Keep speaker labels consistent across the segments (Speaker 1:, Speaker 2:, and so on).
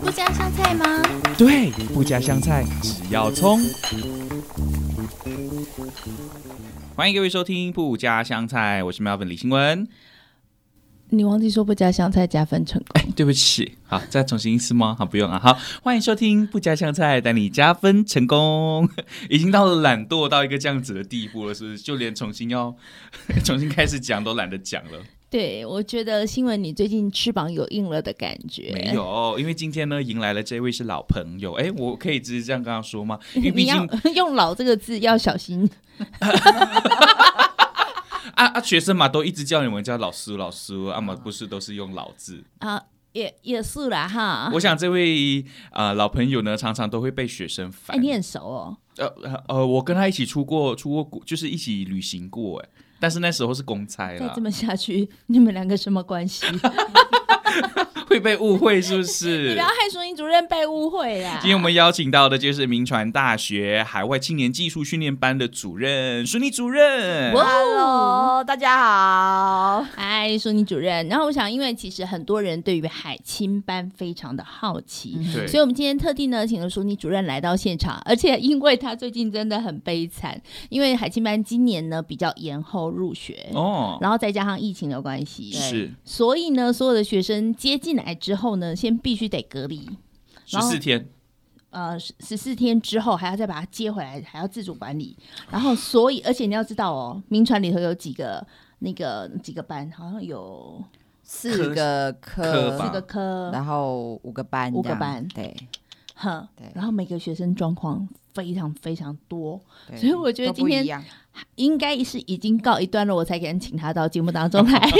Speaker 1: 不加香菜吗？
Speaker 2: 对，不加香菜，只要葱。欢迎各位收听《不加香菜》，我是 Melvin 李新文。
Speaker 1: 你忘记说不加香菜加分成功。
Speaker 2: 哎，对不起，好，再重新一次吗？好，不用了。好，欢迎收听《不加香菜》，带你加分成功。 已经到了懒惰到一个这样子的地步了，是不是？就连重新要 重新开始讲都懒得讲了。
Speaker 1: 对，我觉得新闻你最近翅膀有硬了的感觉。
Speaker 2: 没 有，因为今天呢，迎来了这位是老朋友。哎，我可以直接这样跟他说吗？因为毕
Speaker 1: 你
Speaker 2: 竟
Speaker 1: 要用“老”这个字要小心。
Speaker 2: 啊啊，学生嘛，都一直叫你们叫老师老师，啊嘛
Speaker 1: 哦
Speaker 2: 不是都是用老字。
Speaker 1: 啊，也也是啦哈。
Speaker 2: 我想这位啊、呃老朋友呢，常常都会被学生
Speaker 1: 哎、
Speaker 2: 烦。
Speaker 1: 你很熟哦。
Speaker 2: 呃呃呃，我跟他一起出过出过国，就是一起旅行过哎，但是那时候是公差
Speaker 1: 再
Speaker 2: 啦
Speaker 1: 这，么下去，你们两个什么关系？
Speaker 2: 会被误会是不
Speaker 1: 你
Speaker 2: 是
Speaker 1: 不要？害淑英主任被误会啊啦。
Speaker 2: 今天我们邀请到的就是民传大学海外青年技术训练班的主任孙俪主任。
Speaker 1: 哇哦
Speaker 3: Hello，大家好。
Speaker 1: 嗨，淑妮主任。然后我想，因为其实很多人对于海青班非常的好奇，
Speaker 2: 对
Speaker 1: 所以我们今天特地呢，请了淑妮主任来到现场。 而且因为她最近真的很悲惨，因为海青班今年呢比较延后入学，
Speaker 2: 哦，
Speaker 1: 然后再加上疫情的关系，
Speaker 2: 是
Speaker 1: 所以呢，所有的学生接进来之后呢，先必须得隔离。
Speaker 2: 十
Speaker 1: 然后
Speaker 2: 四天，
Speaker 1: 呃，十十四天之后还要再把它接回来，还要自主管理。然后，所以而且你要知道哦，民传里头有几个那个几个班，好像有
Speaker 3: 四个
Speaker 2: 科
Speaker 3: 科，
Speaker 2: 吧
Speaker 1: 四个科，
Speaker 3: 然后五个班，
Speaker 1: 五个
Speaker 3: 这样
Speaker 1: 班
Speaker 3: 对，
Speaker 1: 哼
Speaker 3: 对，
Speaker 1: 然后每个学生状况非常非常多，
Speaker 3: 对
Speaker 1: 所以我觉得
Speaker 3: 都
Speaker 1: 今
Speaker 3: 不一
Speaker 1: 天
Speaker 3: 样
Speaker 1: 应该是已经告一段落，我才敢请他到节目当中 来。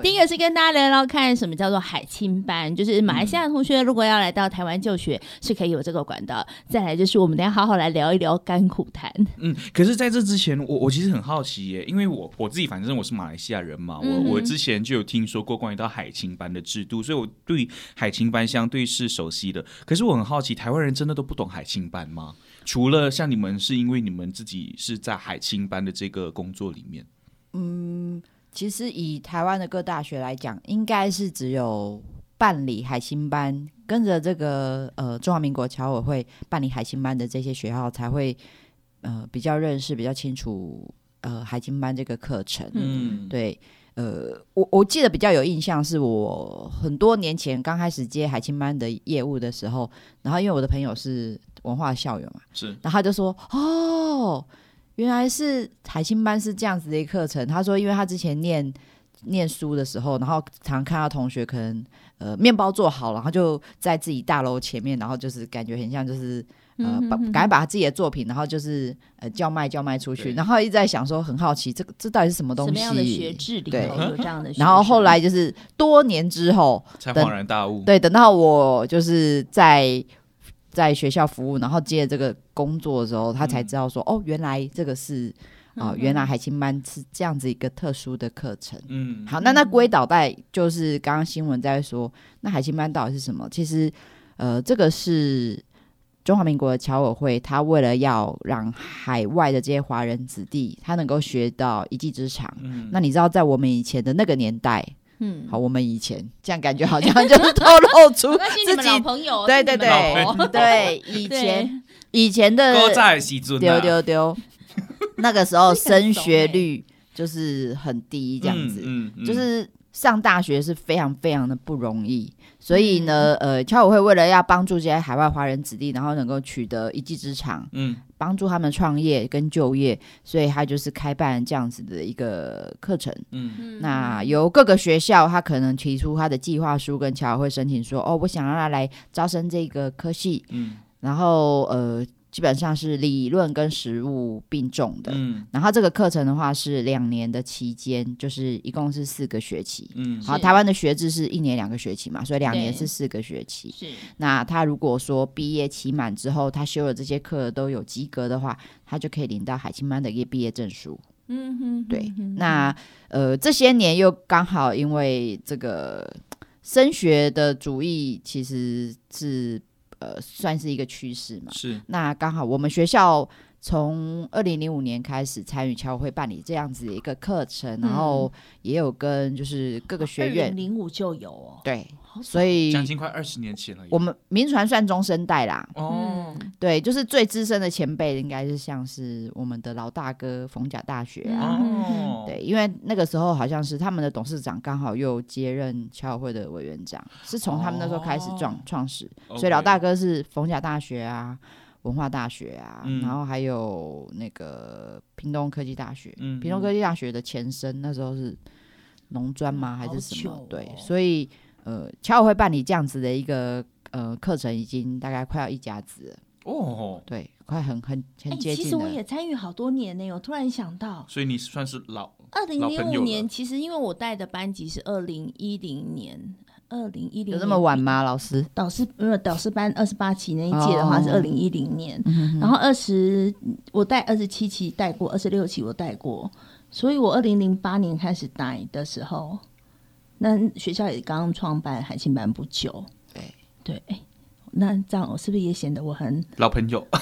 Speaker 1: 第一个是跟大家聊聊看什么叫做海青班，就是马来西亚的同学如果要来到台湾就学，是可以有这个管道。再来就是我们等一下好好来聊一聊甘苦谈。
Speaker 2: 嗯，可是在这之前，我我其实很好奇耶，因为我我自己反正我是马来西亚人嘛，我、
Speaker 1: 嗯哼
Speaker 2: 我之前就有听说过关于到海青班的制度，所以我对海青班相对是熟悉的。可是我很好奇，台湾人真的都不懂海青班吗？除了像你们是因为你们自己是在海青班的这个工作里面，
Speaker 3: 其实以台湾的各大学来讲，应该是只有办理海星班，跟着这个呃中华民国侨委会办理海星班的这些学校才会呃比较认识、比较清楚呃海星班这个课程。
Speaker 2: 嗯，
Speaker 3: 对，呃，我我记得比较有印象，是我很多年前刚开始接海青班的业务的时候，然后因为我的朋友是文化校友嘛，
Speaker 2: 是
Speaker 3: 然后他就说，哦，原来是海青班是这样子的一个课程。他说，因为他之前念。念书的时候，然后常看到同学可能呃面包做好，然后就在自己大楼前面，然后就是感觉很像就是呃，
Speaker 1: 嗯
Speaker 3: 把赶快把他自己的作品，然后就是呃叫卖叫卖出
Speaker 2: 对
Speaker 3: 去，然后一直在想说很好奇这个这到底是什么东
Speaker 1: 什
Speaker 3: 西，
Speaker 1: 么样的学制里头有这样的学生？
Speaker 3: 然后后来就是多年之后，
Speaker 2: 才
Speaker 3: 等
Speaker 2: 恍然大悟，
Speaker 3: 对，等到我就是在在学校服务，然后接这个工作的时候，他才知道说，哦，原来这个是
Speaker 1: 嗯
Speaker 3: 啊、原来海青班是这样子一个特殊的课程。
Speaker 2: 嗯，
Speaker 3: 好，那那归导带就是刚刚新闻在说，那海青班到底是什么？其实，呃，这个是中华民国的侨委会，他为了要让海外的这些华人子弟，他能够学到一技之长。
Speaker 2: 嗯
Speaker 3: 那你知道，在我们以前的那个年代，
Speaker 1: 嗯，
Speaker 3: 好，我们以前这样感觉好像就是透露 出
Speaker 1: 那是你
Speaker 3: 自
Speaker 1: 们
Speaker 3: 己
Speaker 1: 老朋友哦，
Speaker 3: 对对
Speaker 1: 是你们老朋友
Speaker 3: 对对，以
Speaker 1: 对
Speaker 3: 前以前的
Speaker 2: 高在西尊啊
Speaker 3: 丢丢 丢，那个时候
Speaker 1: 这个很
Speaker 3: 升
Speaker 1: 怂
Speaker 3: 学
Speaker 1: 欸
Speaker 3: 率就是很低，这样子，
Speaker 2: 嗯，嗯
Speaker 3: 就是上大学是非常非常的不容易，所以
Speaker 1: 嗯
Speaker 3: 呢，呃，侨委会为了要帮助这些海外华人子弟，然后能够取得一技之长，
Speaker 2: 嗯
Speaker 3: 帮助他们创业跟就业，所以他就是开办这样子的一个课程。
Speaker 2: 嗯
Speaker 1: 嗯
Speaker 3: 那由各个学校，他可能提出他的计划书跟侨委会申请说，哦，我想让他来招生这个科系，
Speaker 2: 嗯
Speaker 3: 然后呃，基本上是理论跟实务并重的。
Speaker 2: 嗯
Speaker 3: 然后这个课程的话是两年的期间，就是一共是四个学期。
Speaker 2: 嗯
Speaker 3: 好，
Speaker 1: 是
Speaker 3: 台湾的学制是一年两个学期嘛，所以两年
Speaker 1: 对
Speaker 3: 是四个学期。
Speaker 1: 是
Speaker 3: 那他如果说毕业期满之后，他修了这些课都有及格的话，他就可以领到海青班的一个毕业证书。
Speaker 1: 嗯哼，
Speaker 3: 对，那呃这些年又刚好因为这个升学的主义其实是呃算是一个趋势嘛，
Speaker 2: 是
Speaker 3: 那刚好我们学校从二零零五年开始参与侨委会办理这样子的一个课程，然后也有跟就是各个学院、
Speaker 1: 嗯零五就有哦，
Speaker 3: 对，所以
Speaker 2: 将近快二十年前了耶。
Speaker 3: 我们民传算中生代啦，
Speaker 2: 哦，
Speaker 1: 嗯
Speaker 3: 对，就是最资深的前辈应该是像是我们的老大哥逢甲大学啊，
Speaker 2: 哦，
Speaker 3: 对，因为那个时候好像是他们的董事长刚好又接任侨委会的委员长，是从他们那时候开始创
Speaker 2: 哦
Speaker 3: 创始，
Speaker 2: OK，
Speaker 3: 所以老大哥是逢甲大学啊、文化大学啊，
Speaker 2: 嗯
Speaker 3: 然后还有那个屏东科技大学，
Speaker 2: 嗯
Speaker 3: 屏东科技大学的前身那时候是农专吗？还
Speaker 1: 好
Speaker 3: 是什么？
Speaker 1: 久
Speaker 3: 对
Speaker 1: 哦，
Speaker 3: 所以呃，侨委会办理这样子的一个呃课程，已经大概快要一家子了，
Speaker 2: 哦，
Speaker 3: 对，快很很
Speaker 1: 哎，
Speaker 3: 很接
Speaker 1: 其
Speaker 3: 近
Speaker 1: 实
Speaker 3: 了。
Speaker 1: 我也参与好多年呢，我突然想到。
Speaker 2: 所以你算是老
Speaker 1: 二零
Speaker 2: 老
Speaker 1: 零
Speaker 2: 朋
Speaker 1: 五
Speaker 2: 友
Speaker 1: 年，
Speaker 2: 了
Speaker 1: 其实因为我带的班级是二零一零年，二零一零
Speaker 3: 有这么晚吗，老师？
Speaker 1: 导师没有导师班二十八期那一届的话是二
Speaker 3: 哦
Speaker 1: 零一零年，然后二十我带二十七期带过，二十六期我带过，所以我二零零八年开始带的时候，那学校也刚创办海青班不久，
Speaker 3: 对
Speaker 1: 对，哎那这样我是不是也显得 我很
Speaker 2: 老朋友。啊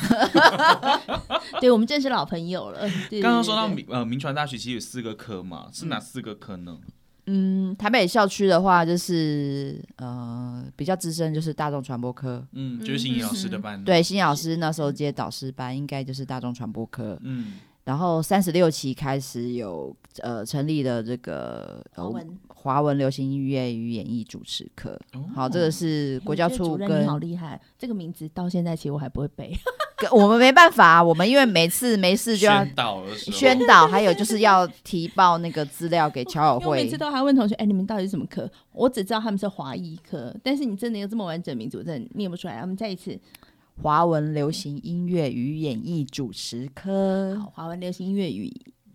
Speaker 1: 对我们真是老朋友了？对
Speaker 2: 刚刚说到
Speaker 1: 对对
Speaker 2: 民呃民传大学其实有四个科嘛，是哪四个科呢？
Speaker 3: 嗯，台北校区的话，就是呃比较资深，就是大众传播科。
Speaker 2: 嗯，就是新颖老师的班。，
Speaker 3: 嗯
Speaker 1: 嗯
Speaker 3: 对，新老师那时候接导师班，应该就是大众传播科。
Speaker 2: 嗯，
Speaker 3: 然后三十六期开始有呃成立了这个
Speaker 1: 华文
Speaker 3: 呃、华文流行音乐与演艺主持科。
Speaker 2: 哦
Speaker 3: 好，这个是国教
Speaker 1: 哎这
Speaker 3: 处
Speaker 1: 个主任你
Speaker 3: 跟
Speaker 1: 好厉害，这个名字到现在其实我还不会背，
Speaker 3: 跟我们没办法、我们因为每次没事就要
Speaker 2: 宣导的时候，
Speaker 3: 宣导，还有就是要提报那个资料给侨
Speaker 1: 因为我每
Speaker 3: 委
Speaker 1: 次
Speaker 3: 会。
Speaker 1: 都还问同学，哎，你们到底是什么科？我只知道他们是华裔科，但是你真的有这么完整的名字，我真的念不出来。我们再一次，
Speaker 3: 华文流行音乐与演艺主持科。
Speaker 1: 好，华文流行音乐与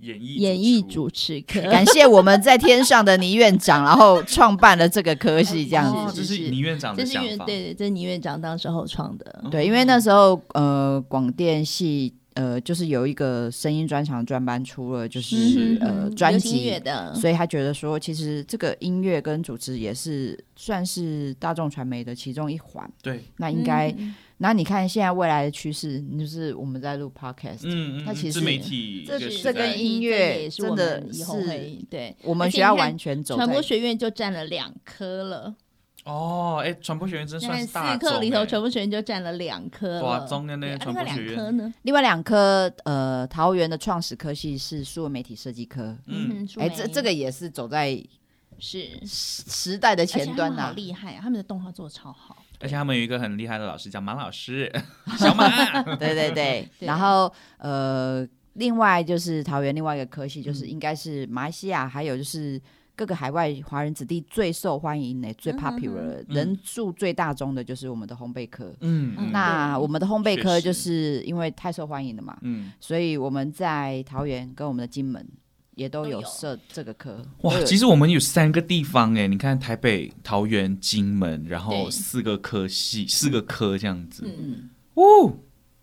Speaker 2: 演艺
Speaker 1: 演艺主 持 科，
Speaker 3: 感谢我们在天上的倪院长，然后创办了这个科系，这样
Speaker 2: 哦
Speaker 3: 子。
Speaker 2: 这
Speaker 1: 是
Speaker 2: 是倪院长
Speaker 1: 这
Speaker 2: 的
Speaker 1: 是
Speaker 2: 想
Speaker 1: 院
Speaker 2: 法。
Speaker 1: 对对，这是倪院长当时候创的。
Speaker 2: 哦
Speaker 3: 对，因为那时候呃，广电系呃，就是有一个声音专场专班出了，就是、
Speaker 1: 嗯嗯
Speaker 3: 呃
Speaker 1: 嗯
Speaker 3: 专
Speaker 1: 流行音乐
Speaker 3: 辑，
Speaker 1: 的，
Speaker 3: 所以他觉得说，其实这个音乐跟主持也是算是大众传媒的其中一环。
Speaker 2: 对，
Speaker 3: 那应该，
Speaker 1: 嗯
Speaker 3: 那你看现在未来的趋势，就是我们在录 podcast，、
Speaker 2: 嗯，嗯
Speaker 3: 它其
Speaker 2: 嗯
Speaker 3: 实
Speaker 2: 自媒体
Speaker 3: 这
Speaker 2: 一个
Speaker 1: 是
Speaker 2: 时
Speaker 3: 这
Speaker 2: 代
Speaker 3: 跟音乐
Speaker 1: 这也是我们
Speaker 3: 真的
Speaker 1: 以后会对
Speaker 3: 我
Speaker 1: 而
Speaker 3: 们
Speaker 1: 且
Speaker 3: 学校
Speaker 1: 你看
Speaker 3: 完全走在
Speaker 1: 传播学院就占了两科了，
Speaker 2: 哦，哎，传播学院真
Speaker 1: 你
Speaker 2: 算
Speaker 1: 看
Speaker 2: 是
Speaker 1: 四
Speaker 2: 大
Speaker 1: 科
Speaker 2: 众
Speaker 1: 里头
Speaker 2: 哎
Speaker 1: 传播学院就占了两科
Speaker 2: 哇，
Speaker 1: 了。
Speaker 2: 中的那
Speaker 1: 对
Speaker 3: 哎
Speaker 2: 个
Speaker 1: 啊
Speaker 2: 传
Speaker 1: 另外
Speaker 2: 播学
Speaker 1: 两科
Speaker 2: 院，
Speaker 1: 呢？
Speaker 3: 另外两科，呃，桃园的创始科系是数位媒体设计科，
Speaker 2: 嗯，
Speaker 1: 嗯，树
Speaker 3: 哎、这
Speaker 1: 莓
Speaker 3: 这个也是走在
Speaker 1: 是
Speaker 3: 时代的前端
Speaker 1: 呐、
Speaker 3: 呐、
Speaker 1: 好厉害、啊，他们的动画做的超好。
Speaker 2: 而且他们有一个很厉害的老师叫马老师，小马，
Speaker 3: 对对对，
Speaker 1: 对
Speaker 3: 然后呃，另外就是桃园另外一个科系，就是
Speaker 1: 嗯
Speaker 3: 应该是马来西亚，还有就是各个海外华人子弟最受欢迎的、最
Speaker 1: 嗯嗯
Speaker 3: popular 的、人数最大宗的，就是我们的烘焙科。
Speaker 2: 嗯
Speaker 1: 嗯
Speaker 2: 嗯
Speaker 3: 那
Speaker 1: 对
Speaker 3: 我们的烘焙
Speaker 2: 确
Speaker 3: 科
Speaker 2: 实
Speaker 3: 就是因为太受欢迎了嘛，
Speaker 2: 嗯，
Speaker 3: 所以我们在桃园跟我们的金门也都
Speaker 1: 都
Speaker 3: 有
Speaker 1: 有
Speaker 3: 设这个科。
Speaker 2: 哇，其
Speaker 3: 实
Speaker 2: 实我们有三个地方哎，你看台北、桃园、金门，然后
Speaker 1: 对
Speaker 2: 四个科系，四个科这样子，
Speaker 1: 嗯，
Speaker 2: 哦，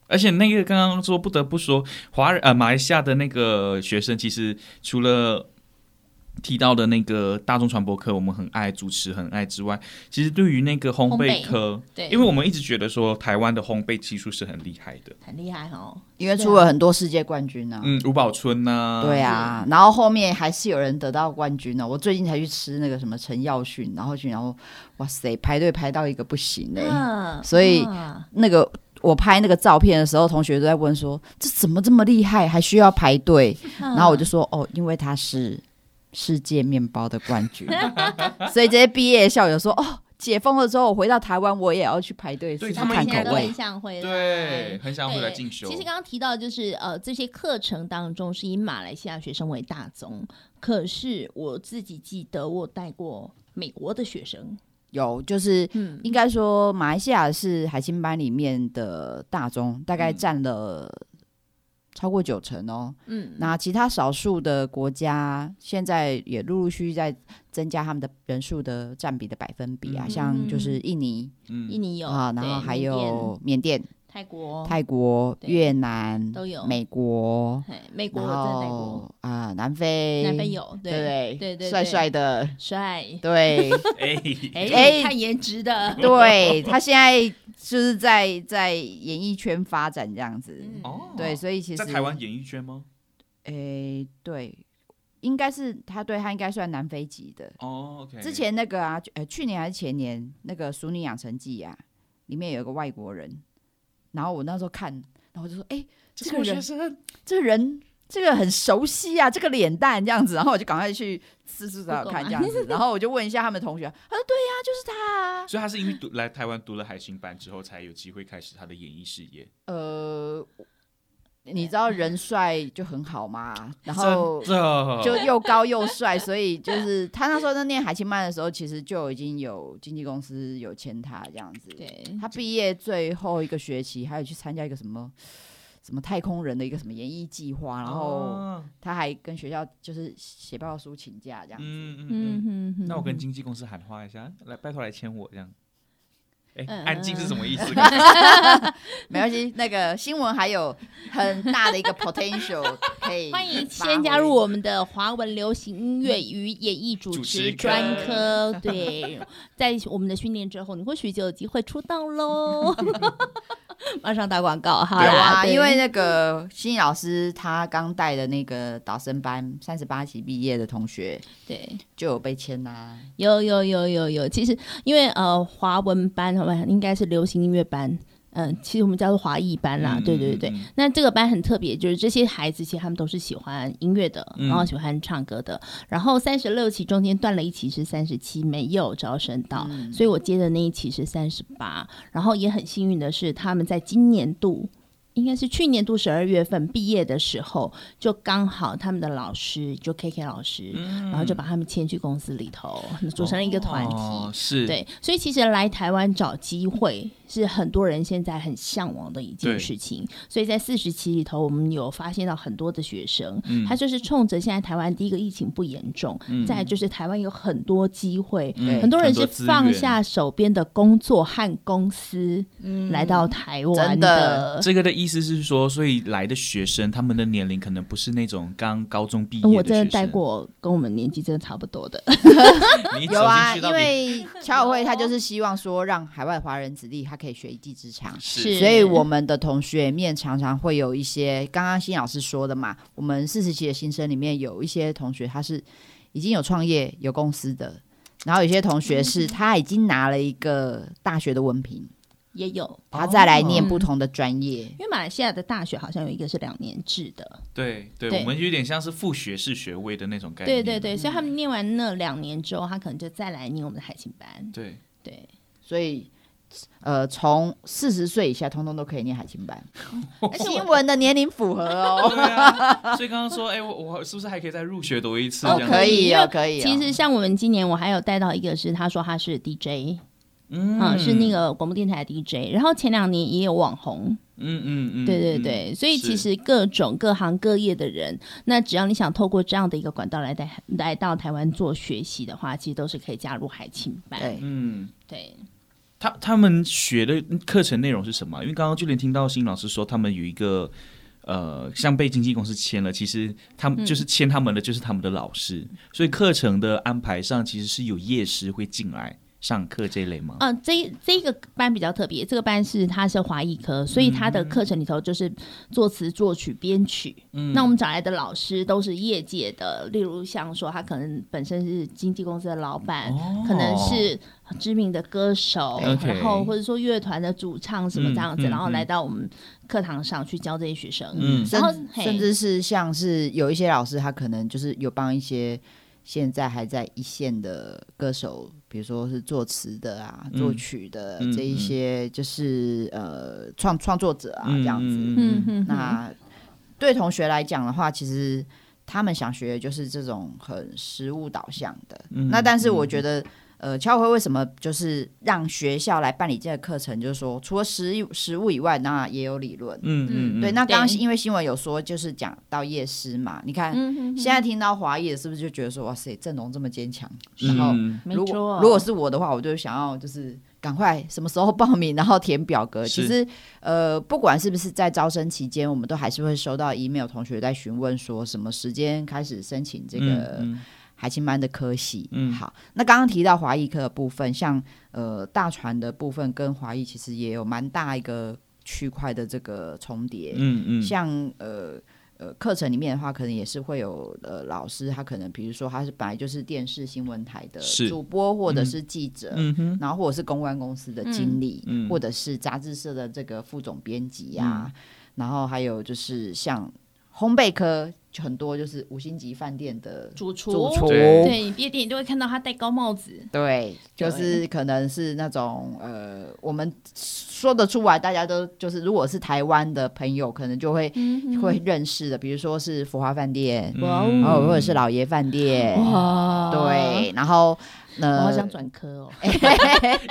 Speaker 2: 而且那个刚刚说，不得不说，华人呃马来西亚的那个学生，其实除了提到的那个大众传播课，我们很爱主持很爱之外，其实对于那个烘
Speaker 1: 烘焙
Speaker 2: 焙科，
Speaker 1: 对，
Speaker 2: 因为我们一直觉得说台湾的烘焙技术是很厉害的，
Speaker 1: 很厉害哦。
Speaker 3: 因为出了很多世界冠军啊。
Speaker 2: 嗯，吴宝春呐、
Speaker 3: 对啊，然后后面还是有人得到冠军呢、哦我最近才去吃那个什么陈耀迅，然后去，然后哇塞，排队排到一个不行嘞、
Speaker 1: 嗯
Speaker 3: 所以
Speaker 1: 嗯
Speaker 3: 那个我拍那个照片的时候，同学都在问说这怎么这么厉害，还需要排队？
Speaker 1: 嗯
Speaker 3: 然后我就说哦，因为他是世界面包的冠军，所以这些毕业校友说哦，解封了之后我回到台湾，我也要去排队试
Speaker 2: 对
Speaker 3: 试
Speaker 2: 他们
Speaker 3: 看
Speaker 1: 现在
Speaker 3: 口
Speaker 1: 都
Speaker 3: 味
Speaker 1: 很。想回来，
Speaker 2: 对，很想要回来
Speaker 1: 对
Speaker 2: 进修。
Speaker 1: 其实刚刚提到就是呃，这些课程当中是以马来西亚学生为大宗，可是我自己记得我带过美国的学生，
Speaker 3: 有就是
Speaker 1: 嗯，
Speaker 3: 应该说，马来西亚是海星班里面的大宗，大概
Speaker 2: 嗯
Speaker 3: 占了超过九成哦。
Speaker 1: 嗯，
Speaker 3: 那其他少数的国家现在也陆陆续续在增加他们的人数的占比的百分比啊，
Speaker 2: 嗯
Speaker 3: 像就是印尼
Speaker 1: 印
Speaker 2: 嗯，
Speaker 1: 尼有
Speaker 3: 啊，然
Speaker 1: 对
Speaker 3: 后还
Speaker 1: 缅甸
Speaker 3: 有缅甸、
Speaker 1: 泰国、
Speaker 3: 泰国、
Speaker 1: 对
Speaker 3: 越南
Speaker 1: 都有
Speaker 3: 美国，
Speaker 1: 嘿美国，
Speaker 3: 然
Speaker 1: 我真的带过，
Speaker 3: 后啊、南非，
Speaker 1: 南非有，
Speaker 3: 对不对
Speaker 1: 对对，
Speaker 3: 帅帅的，
Speaker 1: 帅，
Speaker 3: 对。
Speaker 2: 哎、
Speaker 1: 哎、
Speaker 3: 哎
Speaker 1: 看颜值的，
Speaker 3: 对他现在就是在在演艺圈发展这样子。
Speaker 1: 嗯
Speaker 2: 哦，
Speaker 3: 对，所以其实
Speaker 2: 在台湾演艺圈吗？
Speaker 3: 诶、对，应该是他对他应该算南非籍的。
Speaker 2: 哦，OK，
Speaker 3: 之前那个啊，呃，去年还是前年那个《熟女养成记》啊，里面有一个外国人，然后我那时候看，然后我就说，哎、这个人，
Speaker 2: 生
Speaker 3: 这个人，这个很熟悉啊，这个脸蛋这样子，然后我就赶快去四处找找
Speaker 1: Google
Speaker 3: 看
Speaker 1: 嘛
Speaker 3: 这样子，然后我就问一下他们同学，他说对呀、就是他、啊。
Speaker 2: 所以他是因为读来台湾读了海星班之后，才有机会开始他的演艺事业。
Speaker 3: 呃，你知道人帅就很好嘛，然后
Speaker 2: 真的
Speaker 3: 就又高又帅，所以就是他那时候在念海清曼的时候，其实就已经有经纪公司有签他这样子。
Speaker 1: 对，
Speaker 3: 他毕业最后一个学期，还有去参加一个什么什么太空人的一个什么演艺计划，然后
Speaker 2: 哦
Speaker 3: 他还跟学校就是写报告书请假这样。
Speaker 2: 嗯嗯
Speaker 1: 嗯
Speaker 2: 嗯，
Speaker 1: 哼哼，
Speaker 2: 那我跟经纪公司喊话一下，来拜托来签我这样。哎，
Speaker 1: 嗯
Speaker 2: 安静是什么意 思？
Speaker 3: 没关系，那个新闻还有很大 的一个 potential 可以
Speaker 1: 欢迎
Speaker 3: 发
Speaker 1: 先
Speaker 3: 挥
Speaker 1: 加入我们的华文流行音乐与演艺主
Speaker 2: 主
Speaker 1: 持
Speaker 2: 持
Speaker 1: 专
Speaker 2: 科
Speaker 1: 科。对，在我们的训练之后，你或许就有机会出道 喽。马上打广告，好
Speaker 3: 有
Speaker 1: 啦，
Speaker 3: 啊，
Speaker 1: 对
Speaker 3: 因为那个新老师他刚带的那个导生班三十八级毕业的同学
Speaker 1: 对，
Speaker 3: 就有被签呐、啊。
Speaker 1: 有有有有有，其实因为呃，华文班好吧，应该是流行音乐班，嗯、其实我们叫做华艺班啦，
Speaker 2: 嗯
Speaker 1: 对对对。，那这个班很特别，就是这些孩子其实他们都是喜欢音乐的，
Speaker 2: 嗯
Speaker 1: 然后喜欢唱歌的。然后三十六期中间断了一期是三十七，没有招生到，
Speaker 3: 嗯
Speaker 1: 所以我接的那一期是三十八。然后也很幸运的是，他们在今年度。应该是去年度十二月份毕业的时候，就刚好他们的老师就 K K 老师，
Speaker 2: 然
Speaker 1: 然后就把他们签去公司里头，组成了一个团体。
Speaker 2: 哦、是，
Speaker 1: 对，所以其实来台湾找机会是很多人现在很向往的一件
Speaker 2: 对
Speaker 1: 事情。所以在四十期里头，我们有发现到很多的学生，
Speaker 2: 嗯
Speaker 1: 他就是冲着现在台湾第一个疫情不严重，再来就是台湾有很多机会。
Speaker 2: 嗯
Speaker 1: 很多人
Speaker 2: 很
Speaker 1: 是
Speaker 2: 多资源
Speaker 1: 放下手边的工作和公司，来到台湾
Speaker 3: 嗯真的
Speaker 2: 这个的意思是说，所以来的学生他们的年龄可能不是那种刚高中毕业
Speaker 1: 嗯
Speaker 2: 的
Speaker 1: 我真的
Speaker 2: 学
Speaker 1: 带
Speaker 2: 生，
Speaker 1: 过跟我们年纪真的差不多的，
Speaker 2: 你走
Speaker 3: 有啊，
Speaker 2: 进去
Speaker 3: 因
Speaker 2: 到底
Speaker 3: 为侨委会他就是希望说让海外华人子弟他可以学一技之长，
Speaker 1: 是
Speaker 3: 所以我们的同学里面常常会有一些，刚刚新老师说的嘛，我们四十期的新生里面有一些同学他是已经有创业有公司的，然后有些同学是他已经拿了一个大学的文凭，
Speaker 1: 也有。
Speaker 3: 他再来念不同的专业。
Speaker 1: 因为马来西亚的大学好像有一个是两年制的，
Speaker 2: 对对
Speaker 1: 对
Speaker 2: 我们有点像是副学士学位的那种概
Speaker 1: 对
Speaker 2: 念，嗯
Speaker 1: 对对，所以他们念完那两年之后，他可能就再来念我们的海青班。
Speaker 2: 对，
Speaker 1: 对，
Speaker 3: 所以，呃，从四十岁以下，通通都可以念海青 班。
Speaker 1: 而且
Speaker 3: 新
Speaker 1: 我
Speaker 3: 闻的年龄符合 哦，
Speaker 2: 对啊，所以刚刚说，哎、我我是不是还可以再入学多一次？啊
Speaker 1: 哦
Speaker 2: 这样子
Speaker 3: 可以
Speaker 1: 因为
Speaker 3: 哦，可以哦。
Speaker 1: 其实像我们今年，我还有带到一个是，他说他是 DJ，
Speaker 2: 嗯
Speaker 1: 啊、是那，个广播电台的 DJ，然后前两年也有网红，
Speaker 2: 嗯嗯嗯，
Speaker 1: 对对
Speaker 2: 嗯
Speaker 1: 对，所以
Speaker 2: 是
Speaker 1: 其实各种各行各业的人，那只要你想透过这样的一个管道来带来到台湾做学习的话，其实都是可以加入海青班，
Speaker 3: 对，
Speaker 2: 嗯。
Speaker 1: 对，
Speaker 2: 他他们学的课程内容是什么？因为刚刚就连听到新老师说，他们有一个呃，像被经纪公司签了，其实他
Speaker 1: 嗯
Speaker 2: 们就是签他们的，就是他们的老师，所以课程的安排上其实是有夜师会进来上课这一类吗？
Speaker 1: 嗯、这这个班比较特别，这个班是它是华艺科，所以它的
Speaker 2: 嗯
Speaker 1: 课程里头就是作词、作曲、编曲。嗯，那我们找来的老师都是业界的，例如像说他可能本身是经纪公司的老板，
Speaker 2: 哦
Speaker 1: 可能是知名的歌手，
Speaker 2: OK
Speaker 1: 然后或者说乐团的主唱什么这样子，
Speaker 2: 嗯嗯
Speaker 1: 然后
Speaker 2: 嗯
Speaker 1: 来到我们课堂上去教这些学生。
Speaker 2: 嗯
Speaker 1: 然后
Speaker 3: 甚
Speaker 1: 嘿
Speaker 3: 甚至是像是有一些老师，他可能就是有帮一些现在还在一线的歌手，比如说是作词的啊、
Speaker 2: 嗯
Speaker 3: 作曲的、
Speaker 2: 嗯
Speaker 3: 这一些，就是呃创创作者啊
Speaker 2: 嗯
Speaker 3: 这样子。
Speaker 2: 嗯
Speaker 1: 嗯嗯，嗯
Speaker 3: 那对同学来讲的话，其实他们想学的就是这种很实务导向的。
Speaker 2: 嗯
Speaker 3: 那但是我觉得，呃，侨委会为什么就是让学校来办理这个课程，就是说除了实务实务以外，那也有理论。
Speaker 2: 嗯嗯，
Speaker 3: 对，那刚刚
Speaker 1: 对
Speaker 3: 因为新闻有说，就是讲到夜师嘛，你看、
Speaker 1: 嗯嗯嗯
Speaker 3: 现在听到华裔的是不是就觉得说，哇塞，阵容这么坚强？
Speaker 2: 嗯
Speaker 3: 然后
Speaker 2: 嗯
Speaker 1: 没
Speaker 3: 如
Speaker 1: 错
Speaker 3: 果，如果是我的话，我就想要就是赶快什么时候报名，然后填表格。其
Speaker 2: 是
Speaker 3: 实呃，不管是不是在招生期间，我们都还是会收到 email 同学在询问说什么时间开始申请这
Speaker 2: 嗯
Speaker 3: 个
Speaker 2: 嗯
Speaker 3: 海青班的科系。
Speaker 2: 嗯
Speaker 3: 好，那刚刚提到华裔科的部分，像呃大船的部分跟华裔其实也有蛮大一个区块的这个重叠。
Speaker 2: 嗯嗯，
Speaker 3: 像呃呃课程里面的话，可能也是会有呃老师，他可能比如说他是本来就是电视新闻台的
Speaker 2: 是
Speaker 3: 主播或者
Speaker 2: 嗯
Speaker 3: 是记者，
Speaker 2: 嗯哼，
Speaker 3: 然后或者是公关公司的经理，
Speaker 2: 嗯嗯嗯
Speaker 3: 或者是杂志社的这个副总编辑呀、然后还有就是像烘焙科，就很多就是五星级饭店的
Speaker 1: 主厨，
Speaker 3: 主厨。
Speaker 2: 对
Speaker 1: 对你毕业典礼都会看到他戴高帽子，
Speaker 3: 对，就是可能是那种呃，我们说得出来，大家都就是，如果是台湾的朋友，可能就会、
Speaker 1: 嗯
Speaker 3: 会认识的，比如说是福华饭店，
Speaker 1: 哇哦
Speaker 2: 嗯
Speaker 3: 然后或者是老爷饭店，
Speaker 1: 哇，，
Speaker 3: 对，然后
Speaker 1: 我好
Speaker 3: 呃，
Speaker 1: 想转科哦，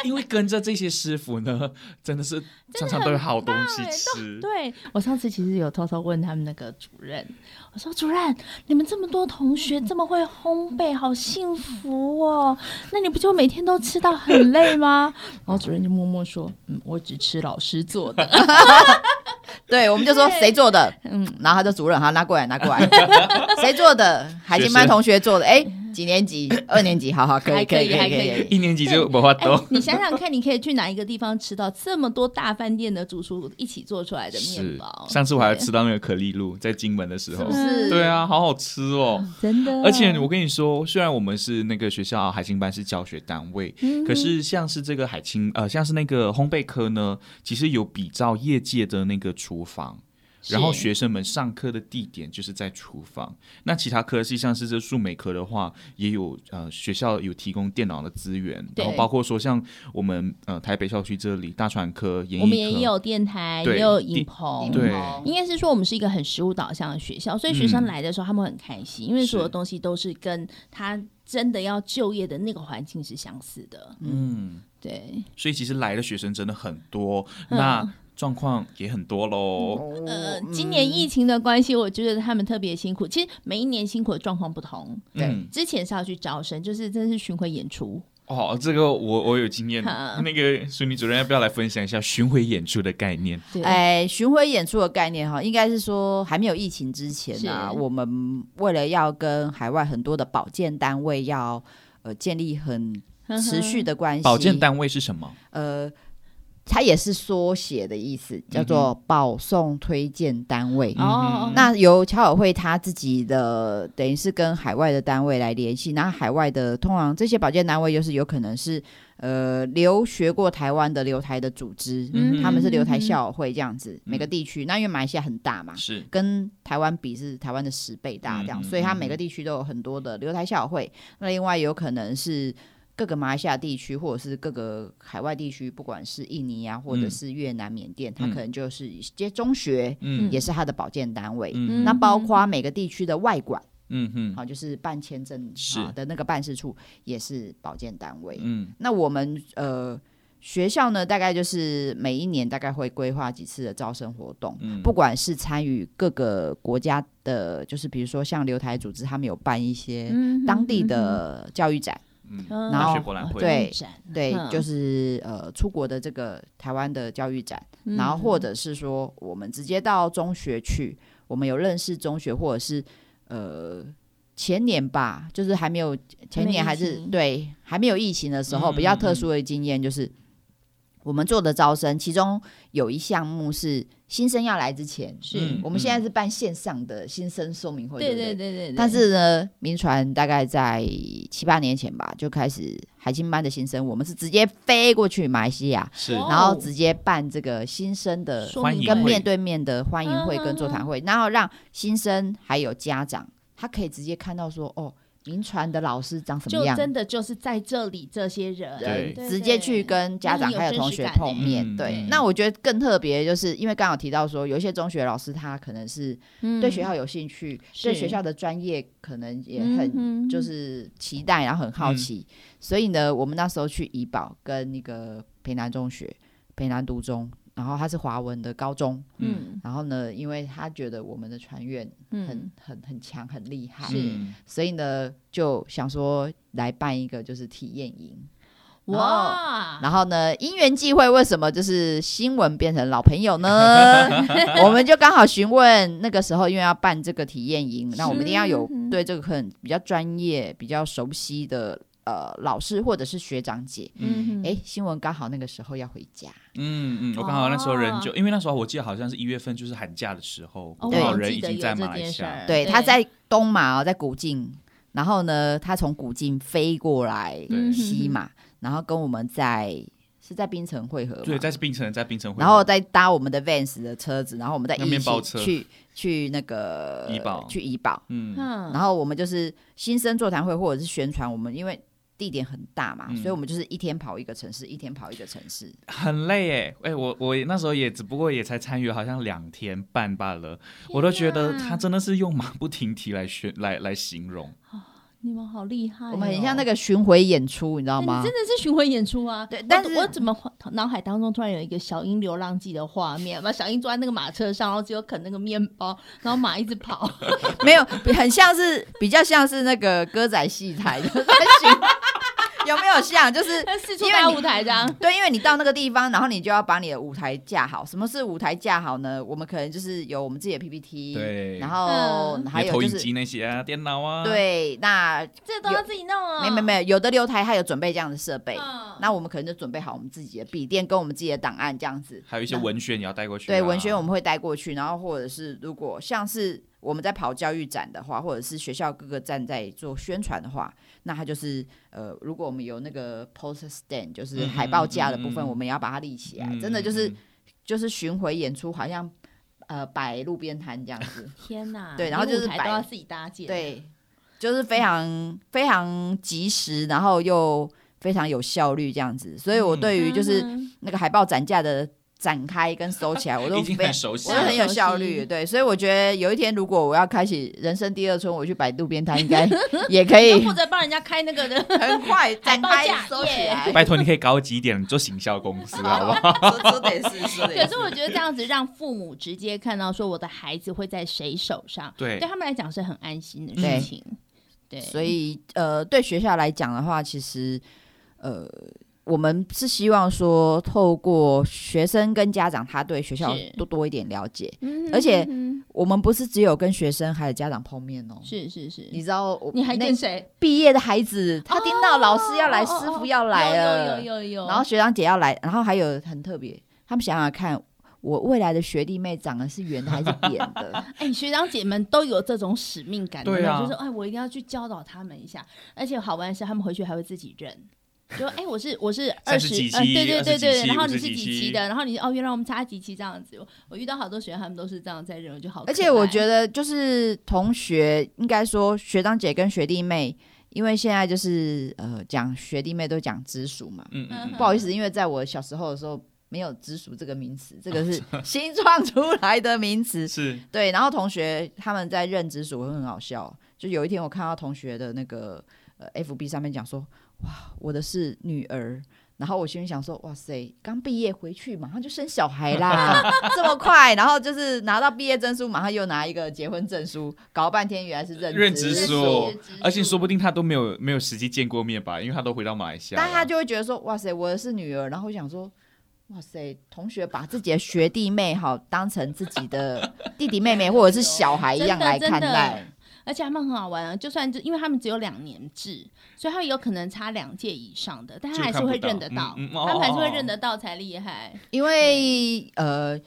Speaker 2: 因为跟着这些师傅呢， 真的是常常都有好东西 吃。
Speaker 1: 对我上次其实有偷偷问他们那个主任，我说主任，你们这么多同学这么会烘焙，好幸福哦，那你不就每天都吃到很累吗？ 然后主任就默默说，嗯，我只吃老师做 的，
Speaker 3: 对，我们就说
Speaker 1: 对
Speaker 3: 谁做的，
Speaker 1: 嗯，
Speaker 3: 然后他就主任，好拿过来拿过来， 谁做的？海星班同学做的，哎，几年级？二年级，好好，可
Speaker 1: 还
Speaker 3: 以
Speaker 1: 可以
Speaker 3: 以可
Speaker 1: 还可以
Speaker 3: 以，
Speaker 2: 一年级就没法
Speaker 1: 哎、
Speaker 2: 懂。
Speaker 1: 你想想看，你可以去哪一个地方吃到这么多大饭店的主厨一起做出来的面
Speaker 2: 是
Speaker 1: 包？，
Speaker 2: 上次我还吃到那个可丽露，在金门的时
Speaker 3: 是嗯
Speaker 2: 候
Speaker 3: 不，是？
Speaker 2: 对，啊，好好吃哦。
Speaker 1: 真的，
Speaker 2: 而且我跟你说，虽然我们是那个学校海青班是教学单位，
Speaker 3: 嗯
Speaker 2: 可是像是这个海青呃，像是那个烘焙科呢，其实有比照业界的那个厨房。然后
Speaker 1: 是
Speaker 2: 学生们上课的地点就是在厨房。那其他科系像是这数美科的话，也有呃学校有提供电脑的资源，
Speaker 1: 对
Speaker 2: 然后包括说像我们呃台北校区这里大传科、演艺科，
Speaker 1: 我们也有电台，
Speaker 2: 对
Speaker 1: 也有影
Speaker 2: 地
Speaker 1: 棚，
Speaker 2: 对
Speaker 3: 嗯
Speaker 1: 应该是说我们是一个很实务导向的学校，所以学生
Speaker 2: 嗯
Speaker 1: 来的时候他们很开心，因为所有
Speaker 2: 是
Speaker 1: 东西都是跟他真的要就业的那个环境是相似的。
Speaker 2: 嗯，
Speaker 1: 对，
Speaker 2: 所以其实来的学生真的很多，
Speaker 1: 嗯
Speaker 2: 那状况也很多喽。
Speaker 3: 哦
Speaker 1: 呃，
Speaker 3: 嗯
Speaker 1: 今年疫情的关系，我觉得他们特别辛苦。其实每一年辛苦的状况不同，
Speaker 3: 对
Speaker 2: 嗯
Speaker 1: 之前是要去招生，就是真是巡回演出，
Speaker 2: 哦，这个我我有经验。
Speaker 1: 好
Speaker 2: 那个淑女主任要不要来分享一下巡回演出的概念？
Speaker 1: 对，
Speaker 3: 哎，巡回演出的概念哈，应该是说还没有疫情之前啊，
Speaker 1: 是
Speaker 3: 我们为了要跟海外很多的保健单位要呃建立很
Speaker 1: 呵呵
Speaker 3: 持续 的关系，
Speaker 2: 保健单位是什么？
Speaker 3: 呃，它也是缩写的意思，
Speaker 2: 嗯
Speaker 3: 叫做保送推荐单位。
Speaker 1: 哦，
Speaker 3: 那由侨委会他自己的，等于是跟海外的单位来联系，那海外的通常这些保健单位就是有可能是呃留学过台湾的留台的组织，
Speaker 2: 嗯
Speaker 3: 他们是留台校友会这样子，每个地区。那因为马来西亚很大嘛，
Speaker 2: 是
Speaker 3: 跟台湾比是台湾的十倍大这样，
Speaker 2: 嗯
Speaker 3: 所以它每个地区都有很多的留台校友会。那另外有可能是各个马来西亚地区，或者是各个海外地区，不管是印尼啊，或者是越南、缅甸，它
Speaker 2: 嗯
Speaker 3: 可能就是一些中学、
Speaker 2: 嗯
Speaker 3: 也是它的保健单位。
Speaker 2: 嗯
Speaker 3: 那包括每个地区的外馆，
Speaker 2: 嗯嗯
Speaker 3: 好、就是办签证
Speaker 2: 是
Speaker 3: 啊的那个办事处也是保健单位。
Speaker 2: 嗯
Speaker 3: 那我们呃学校呢，大概就是每一年大概会规划几次的招生活动，
Speaker 2: 嗯
Speaker 3: 不管是参与各个国家的，就是比如说像留台组织，他们有办一些
Speaker 1: 嗯
Speaker 3: 当地，的教育展，
Speaker 2: 嗯
Speaker 1: 嗯
Speaker 3: 然后
Speaker 2: 大学博览会
Speaker 3: 对
Speaker 1: 展
Speaker 3: 对，
Speaker 1: 嗯
Speaker 3: 就是呃出国的这个台湾的教育展，
Speaker 1: 嗯
Speaker 3: 然后或者是说我们直接到中学去，我们有认识中学或者是呃。前年吧，就是还没有前年还
Speaker 1: 疫
Speaker 3: 是
Speaker 1: 情
Speaker 3: 对还没有疫情的时候，
Speaker 2: 嗯
Speaker 3: 比较特殊的经验就是我们做的招生，其中有一项目是新生要来之前，
Speaker 1: 是
Speaker 2: 嗯
Speaker 3: 我们现在是办线上的新生说明会，
Speaker 1: 对
Speaker 3: 不
Speaker 1: 对
Speaker 3: 对
Speaker 1: 对对，对
Speaker 3: 但是呢，民传大概在七八年前吧，就开始海青班的新生，我们是直接飞过去马来西亚，
Speaker 2: 是
Speaker 1: 哦
Speaker 3: 然后直接办这个新生的
Speaker 1: 说
Speaker 2: 欢
Speaker 1: 明
Speaker 2: 迎
Speaker 3: 跟
Speaker 1: 会
Speaker 3: 面对面的欢迎会
Speaker 1: 嗯
Speaker 3: 跟座谈会，然后让新生还有家长，他可以直接看到说，哦，民传的老师长什
Speaker 1: 就
Speaker 3: 么样，
Speaker 1: 真的就是在这里这些人，
Speaker 2: 对
Speaker 1: 对
Speaker 3: 直接去跟家长
Speaker 1: 那很有
Speaker 3: 还有同学碰
Speaker 2: 真
Speaker 3: 面。
Speaker 2: 实感欸
Speaker 3: 对
Speaker 2: 嗯，
Speaker 3: 那我觉得更特别，就是因为刚好提到说，有一些中学老师他可能是
Speaker 1: 嗯
Speaker 3: 对学校有兴趣，对
Speaker 1: 是
Speaker 3: 学校的专业可能也
Speaker 1: 嗯
Speaker 3: 很
Speaker 1: 哼
Speaker 3: 就是期待，然后很好奇。所以呢，我们那时候去怡保跟那个培南中学、培南读中，然后他是华文的高中，
Speaker 1: 嗯
Speaker 3: 然后呢，因为他觉得我们的传院很、
Speaker 1: 嗯
Speaker 3: 很很强、很厉害，
Speaker 1: 是
Speaker 2: 嗯
Speaker 3: 所以呢就想说来办一个就是体验营。
Speaker 1: 哇，
Speaker 3: 然后呢，因缘际会，为什么就是新闻变成老朋友呢？我们就刚好询问那个时候，因为要办这个体验营，那我们一定要有
Speaker 1: 嗯
Speaker 3: 对这个很比较专业、比较熟悉的呃老师或者是学长姐。
Speaker 1: 嗯
Speaker 3: 哎、新闻刚好那个时候要回家，
Speaker 2: 嗯嗯，我刚好那时候
Speaker 3: 哦
Speaker 2: 人就，因为那时候我记得好像是一月份，就是寒假的时候，
Speaker 1: 哦
Speaker 2: 刚好
Speaker 1: 我
Speaker 2: 人
Speaker 1: 记
Speaker 2: 已
Speaker 1: 得
Speaker 2: 经
Speaker 1: 有
Speaker 2: 在
Speaker 1: 这
Speaker 2: 马来
Speaker 1: 件
Speaker 2: 西
Speaker 1: 事
Speaker 2: 亚
Speaker 1: 儿。
Speaker 3: 对，
Speaker 1: 对
Speaker 3: 他在东马、哦，在古晋，然后呢，他从古晋飞过来
Speaker 2: 对
Speaker 3: 嗯西马，然后跟我们在是在槟城会合嘛，
Speaker 2: 对，在槟城，在槟城会合，
Speaker 3: 然后再搭我们的 Vans 的车子，然后我们再
Speaker 2: 用
Speaker 3: 一
Speaker 2: 面包
Speaker 3: 起
Speaker 2: 车
Speaker 3: 去去那个
Speaker 2: 怡保
Speaker 3: 去怡保。
Speaker 2: 嗯，
Speaker 1: 嗯
Speaker 3: 然后我们就是新生座谈会或者是宣传，我们因为地点很大嘛，
Speaker 2: 嗯
Speaker 3: 所以我们就是一天跑一个城市，一天跑一个城市。
Speaker 2: 很累诶，哎，我我那时候也只不过也才参与好像两天半罢了，我都觉得他真的是用马不停蹄来宣来来形容，
Speaker 1: 你们好厉害哦，
Speaker 3: 我们很像那
Speaker 1: 个
Speaker 3: 个巡回演出，你知道
Speaker 1: 你
Speaker 3: 吗
Speaker 1: 真？的是巡回演出啊！
Speaker 3: 对
Speaker 1: 我
Speaker 3: 但是
Speaker 1: 我怎么脑海当中突然有一个小鹰流浪记的画面？把小鹰坐在那个马车上，然后只有啃那个面包，然后马一 直跑。
Speaker 3: 没有，很像是比较像是那个歌仔戏台的 在巡，有没有像？就是
Speaker 1: 但四处
Speaker 3: 因为
Speaker 1: 搭
Speaker 3: 你嗯
Speaker 1: 舞台这样。
Speaker 3: 对，因为你到那个地方，然后你就要把你的舞台架好。什么是舞台架好呢？我们可能就是有我们自己的 PPT，
Speaker 2: 对
Speaker 3: 然后
Speaker 1: 嗯
Speaker 3: 还有
Speaker 2: 投
Speaker 3: 就
Speaker 2: 影
Speaker 3: 是
Speaker 2: 机那些啊，电脑啊，，
Speaker 3: 对，那
Speaker 1: 这都要自己弄啊、
Speaker 3: 没没没有，有的留台它有准备这样的设备，
Speaker 1: 嗯，
Speaker 3: 那我们可能就准备好我们自己的笔电跟我们自己的档案这样子。
Speaker 2: 还有一些文宣也要带过去啊，
Speaker 3: 对，文宣我们会带过去，然后或者是如果像是我们在跑教育展的话，或者是学校各个站在做宣传的话，那它就是呃，如果我们有那个 poster stand，就是
Speaker 2: 嗯
Speaker 3: 海报架的部
Speaker 2: 嗯
Speaker 3: 分，
Speaker 2: 嗯嗯
Speaker 3: 我们也要把它立起来，
Speaker 2: 嗯
Speaker 3: 真的就是
Speaker 2: 嗯
Speaker 3: 就是巡回演出，好像呃摆路边摊这样子
Speaker 1: 天哪！
Speaker 3: 对然后
Speaker 1: 你
Speaker 3: 就是
Speaker 1: 舞台
Speaker 3: 摆
Speaker 1: 都要自己搭建。，
Speaker 3: 对，就是非常非常及时，然后又非常有效率这样子，所以我
Speaker 2: 嗯
Speaker 3: 对于就是。
Speaker 1: 嗯
Speaker 3: 那个海报展架的展开跟收起来，我都
Speaker 2: 已经
Speaker 3: 非
Speaker 2: 很熟悉
Speaker 3: 我
Speaker 2: 了，
Speaker 3: 都很有效
Speaker 1: 熟
Speaker 3: 率。
Speaker 1: 悉
Speaker 3: 对，所以我觉得有一天如果我要开启人生第二春，我去摆渡边摊，应 该也可
Speaker 1: 哼
Speaker 3: 以
Speaker 1: 就负责帮人家开那个的。
Speaker 3: 很快
Speaker 1: 海
Speaker 3: 展
Speaker 1: 报
Speaker 3: 开
Speaker 1: 架
Speaker 3: 收起 来。
Speaker 2: 拜托，你可以高级一点，你做行销公司啊好不好？
Speaker 3: 说说得是，说
Speaker 1: 可
Speaker 3: 得
Speaker 1: 是我觉得这样子让父母直接看到说我的孩子会在谁手上，
Speaker 2: 对
Speaker 1: 对他们来讲是很安心的
Speaker 3: 对
Speaker 1: 事情。对，
Speaker 3: 所以呃，对学校来讲的话，其实呃，我们是希望说透过学生跟家长，他对学校
Speaker 1: 是
Speaker 3: 多多一点了解。
Speaker 1: 嗯哼
Speaker 3: 而且
Speaker 1: 嗯
Speaker 3: 我们不是只有跟学生还有家长碰面哦
Speaker 1: 哼。是是是，
Speaker 3: 你知道我
Speaker 1: 你还
Speaker 3: 那
Speaker 1: 跟谁？
Speaker 3: 毕业的孩子，他听到老师要来，
Speaker 1: 哦哦哦
Speaker 3: 师傅要来了，
Speaker 1: 有有有有有，
Speaker 3: 然后学长姐要来，然后还有很特别，他们想想看，我未来的学弟妹长得是圆的还是扁的？
Speaker 1: 哎，学长姐们都有这种使命感，
Speaker 2: 对啊
Speaker 1: 有没有就是哎，我一定要去教导他们一下。而且好玩的是，他们回去还会自己认。就哎，我是我是二
Speaker 2: 三
Speaker 1: 十
Speaker 2: 十几，期
Speaker 1: 呃对
Speaker 2: 二十
Speaker 1: 对对
Speaker 2: 几
Speaker 1: 对，
Speaker 2: 期
Speaker 1: 然后你是
Speaker 2: 五十
Speaker 1: 几
Speaker 2: 几期
Speaker 1: 期的，然后你哦，原来我们差几期这样子。我我遇到好多学员，他们都是这样在认，我就好可爱。
Speaker 3: 而且我
Speaker 1: 得
Speaker 3: 觉得就是同学，应该说学长姐跟学弟妹，因为现在就是呃讲学弟妹都讲直属嘛，
Speaker 2: 嗯嗯
Speaker 3: 不好意思，因为在我小时候的时候。没有“直属”这个名词，这个
Speaker 1: 哦
Speaker 3: 是新创出来的名词
Speaker 2: 嗯，。是
Speaker 3: 对，然后同学他们在认直属会很好笑，就有一天我看到同学的那个呃 FB 上面讲说，哇，我的是女儿。然后我心里想说，哇塞，刚毕业回去马上就生小孩 啦，这么快。然后就是拿到毕业证书，马上又拿一个结婚证书，搞半天原来是认
Speaker 2: 认
Speaker 3: 直
Speaker 2: 直
Speaker 1: 属
Speaker 2: 属，而且说不定他都没有没有实际见过面吧，因为他都回到马来西亚了。
Speaker 3: 但他就会觉得说，哇塞，我的是女儿。然后我想说，哇塞，同学把自己的学弟妹好当成自己的弟弟妹妹或者是小孩一样来
Speaker 1: 真
Speaker 3: 看
Speaker 1: 的真的
Speaker 3: 待。
Speaker 1: 而且他们很好玩啊，就算就因为他们只有两年制，所以他们有可能差两届以上的，但他还是会认得
Speaker 2: 就看不到
Speaker 1: 到，
Speaker 2: 嗯嗯哦
Speaker 1: 他们还是会认得到才厉害。
Speaker 3: 因为呃，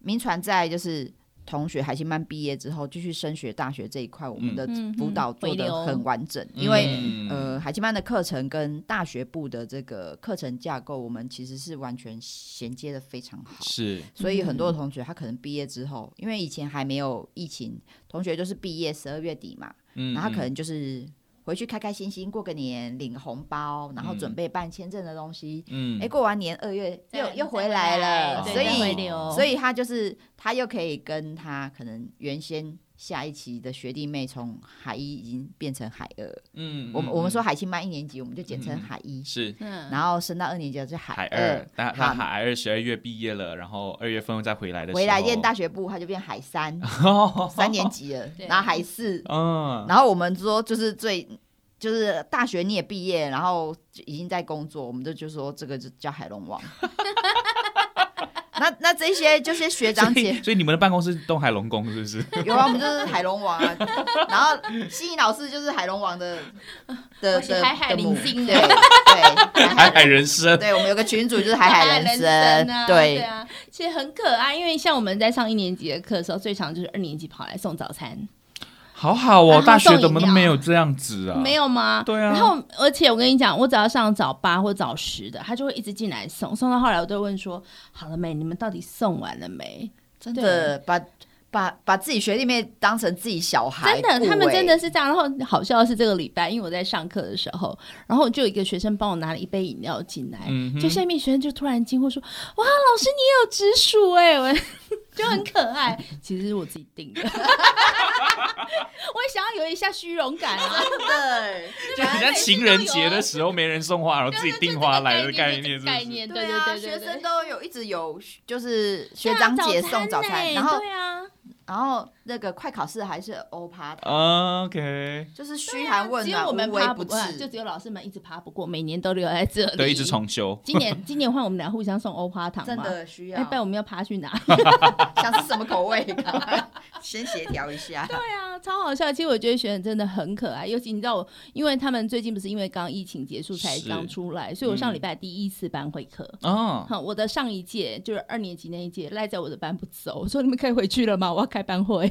Speaker 3: 民传在就是同学海星班毕业之后，继续升学大学这一块，我们的
Speaker 1: 嗯
Speaker 3: 辅导做
Speaker 1: 回流
Speaker 3: 的很完整，
Speaker 2: 嗯
Speaker 3: 因为。
Speaker 2: 嗯
Speaker 3: 呃，海星班的课程跟大学部的这个课程架构，我们其实是完全衔接的非常好，
Speaker 2: 是
Speaker 3: 所以很多同学他可能毕业之后，因为以前还没有疫情，同学就是毕业十二月底嘛，
Speaker 2: 嗯
Speaker 3: 然后他可能就是回去开开心心过个年，领个红包，然后准
Speaker 2: 嗯
Speaker 3: 备办签证的东西，
Speaker 2: 嗯
Speaker 3: 哎、过完年二月又又回来了，
Speaker 2: 再
Speaker 3: 所
Speaker 2: 来
Speaker 1: 回
Speaker 3: 以
Speaker 1: 流，
Speaker 3: 所以他就是他又可以跟他可能原先下一期的学弟妹从海一已经变成海二，
Speaker 2: 嗯
Speaker 3: 我们我们
Speaker 2: 嗯
Speaker 3: 说海清班一年级，我们就简
Speaker 2: 嗯
Speaker 3: 称
Speaker 2: 嗯
Speaker 3: 海一，
Speaker 2: 是
Speaker 1: 嗯，
Speaker 3: 然后升到二年级就是
Speaker 2: 海
Speaker 3: 海
Speaker 2: 二，他他
Speaker 3: 好
Speaker 2: 海二十二月毕业了，然后二月份再回来的时候
Speaker 3: 回来念 大学部，他就变海三，三年级了
Speaker 1: 对，
Speaker 3: 然后海四，
Speaker 2: 嗯
Speaker 3: 然后我们说就是最。就是大学你也毕业，然后就已经在工作，我们就就说这个就叫海龙 王。那那这些就是学长
Speaker 2: 所
Speaker 3: 姐
Speaker 2: 以所以你们的办公室东海龙宫是不是？
Speaker 3: 有啊，我们就是海龙王啊。然后心仪老师就是海龙王的的
Speaker 1: 我是
Speaker 3: 的
Speaker 1: 海海
Speaker 3: 的母
Speaker 1: 零星啊
Speaker 3: 对对海
Speaker 2: 海
Speaker 3: 海
Speaker 2: 海人生，
Speaker 3: 对，我们有个群主就是海海 人生，
Speaker 1: 啊，对
Speaker 3: 对
Speaker 1: 啊，其实很可爱。因为像我们在上一年级的课的时候，最常就是二年级跑来送早餐，
Speaker 2: 好好哦，
Speaker 1: 啊
Speaker 2: 大学怎么都
Speaker 1: 送饮料
Speaker 2: 没有这样子啊？
Speaker 1: 没有吗？
Speaker 2: 对啊
Speaker 1: 然后，而且我跟你讲，我只要上早八或早十的，他就会一直进来送，送到后来我都会问说：好了没？你们到底送完了没？
Speaker 3: 真的把把把自己学弟妹当成自己小孩
Speaker 1: 真
Speaker 3: 顾欸，
Speaker 1: 的，他们真的是这样。然后好笑的是，这个礼拜因为我在上课的时候，然后就有一个学生帮我拿了一杯饮料进来，
Speaker 2: 嗯哼
Speaker 1: 就下面学生就突然惊呼说：“哇，老师你也有直属哎、 我就很可爱。”其实是我自己定的， 我也想要有一下虚荣感啊。
Speaker 3: 真的。
Speaker 2: 就很像情人节的时候没人送花，然后自己订花来的概念，是不
Speaker 1: 概
Speaker 2: 是？
Speaker 1: 念，
Speaker 3: 对
Speaker 1: 对
Speaker 3: 啊，
Speaker 1: 对对，
Speaker 3: 学
Speaker 1: 对
Speaker 3: 生都有一直有，就是学长姐送早餐，
Speaker 1: 欸
Speaker 3: 然后
Speaker 1: 对啊，
Speaker 3: 然后那个快考试还是欧趴，
Speaker 2: 啊 OK，
Speaker 3: 就是嘘寒问
Speaker 1: 只有
Speaker 3: 暖，
Speaker 1: 啊我们
Speaker 3: 无微
Speaker 1: 爬
Speaker 3: 不
Speaker 1: 不过，
Speaker 3: 至，
Speaker 1: 就只有老师们一直爬不过，每年都留在这里，
Speaker 2: 对，一直。重修。
Speaker 1: 今年今年换我们俩互相送欧花糖，
Speaker 3: 真。的需
Speaker 1: 哎，
Speaker 3: 要
Speaker 1: 不。 然我们要爬去哪？
Speaker 3: 想吃什么口味？赶快先协调一下。
Speaker 1: 对啊，超好笑。其实我觉得学生真的很可爱，尤其你知道我，因为他们最近不是因为刚疫情结束才
Speaker 2: 是
Speaker 1: 刚出来，所以我上
Speaker 2: 嗯
Speaker 1: 礼拜第一次班会课。
Speaker 2: 啊，
Speaker 1: 好，我的上一届就是二年级那一届赖在我的班不走， 我说你们可以回去了吗？我要开 班会。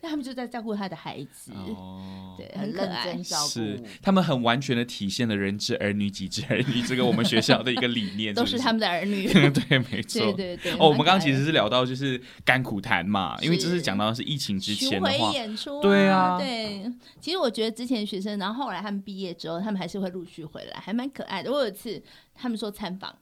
Speaker 1: 那他们就在照顾他的孩子，
Speaker 2: 哦，
Speaker 1: 对，
Speaker 3: 很
Speaker 1: 可
Speaker 3: 认
Speaker 1: 爱
Speaker 3: 真。照
Speaker 2: 是
Speaker 3: 顾，
Speaker 2: 他们很完全的体现了“人之儿女，己之儿女”这个我们学校的一个理念，
Speaker 1: 都
Speaker 2: 是
Speaker 1: 是
Speaker 2: 不
Speaker 1: 他们的儿女。
Speaker 2: 是对，没
Speaker 1: 对
Speaker 2: 错。
Speaker 1: 对对。
Speaker 2: 哦，我们刚
Speaker 1: 蛮
Speaker 2: 刚
Speaker 1: 可爱
Speaker 2: 其
Speaker 1: 的
Speaker 2: 实是聊到就是甘苦谈嘛，因为这
Speaker 1: 是
Speaker 2: 是讲到是疫情之前
Speaker 1: 巡
Speaker 2: 的
Speaker 1: 回
Speaker 2: 话，
Speaker 1: 演出、
Speaker 2: 对
Speaker 1: 啊，
Speaker 2: 啊
Speaker 1: 对。其实我觉得之前学生，然后后来他们毕业之后，他们还是会陆续回来，还蛮可爱的。我有一次他们说参访。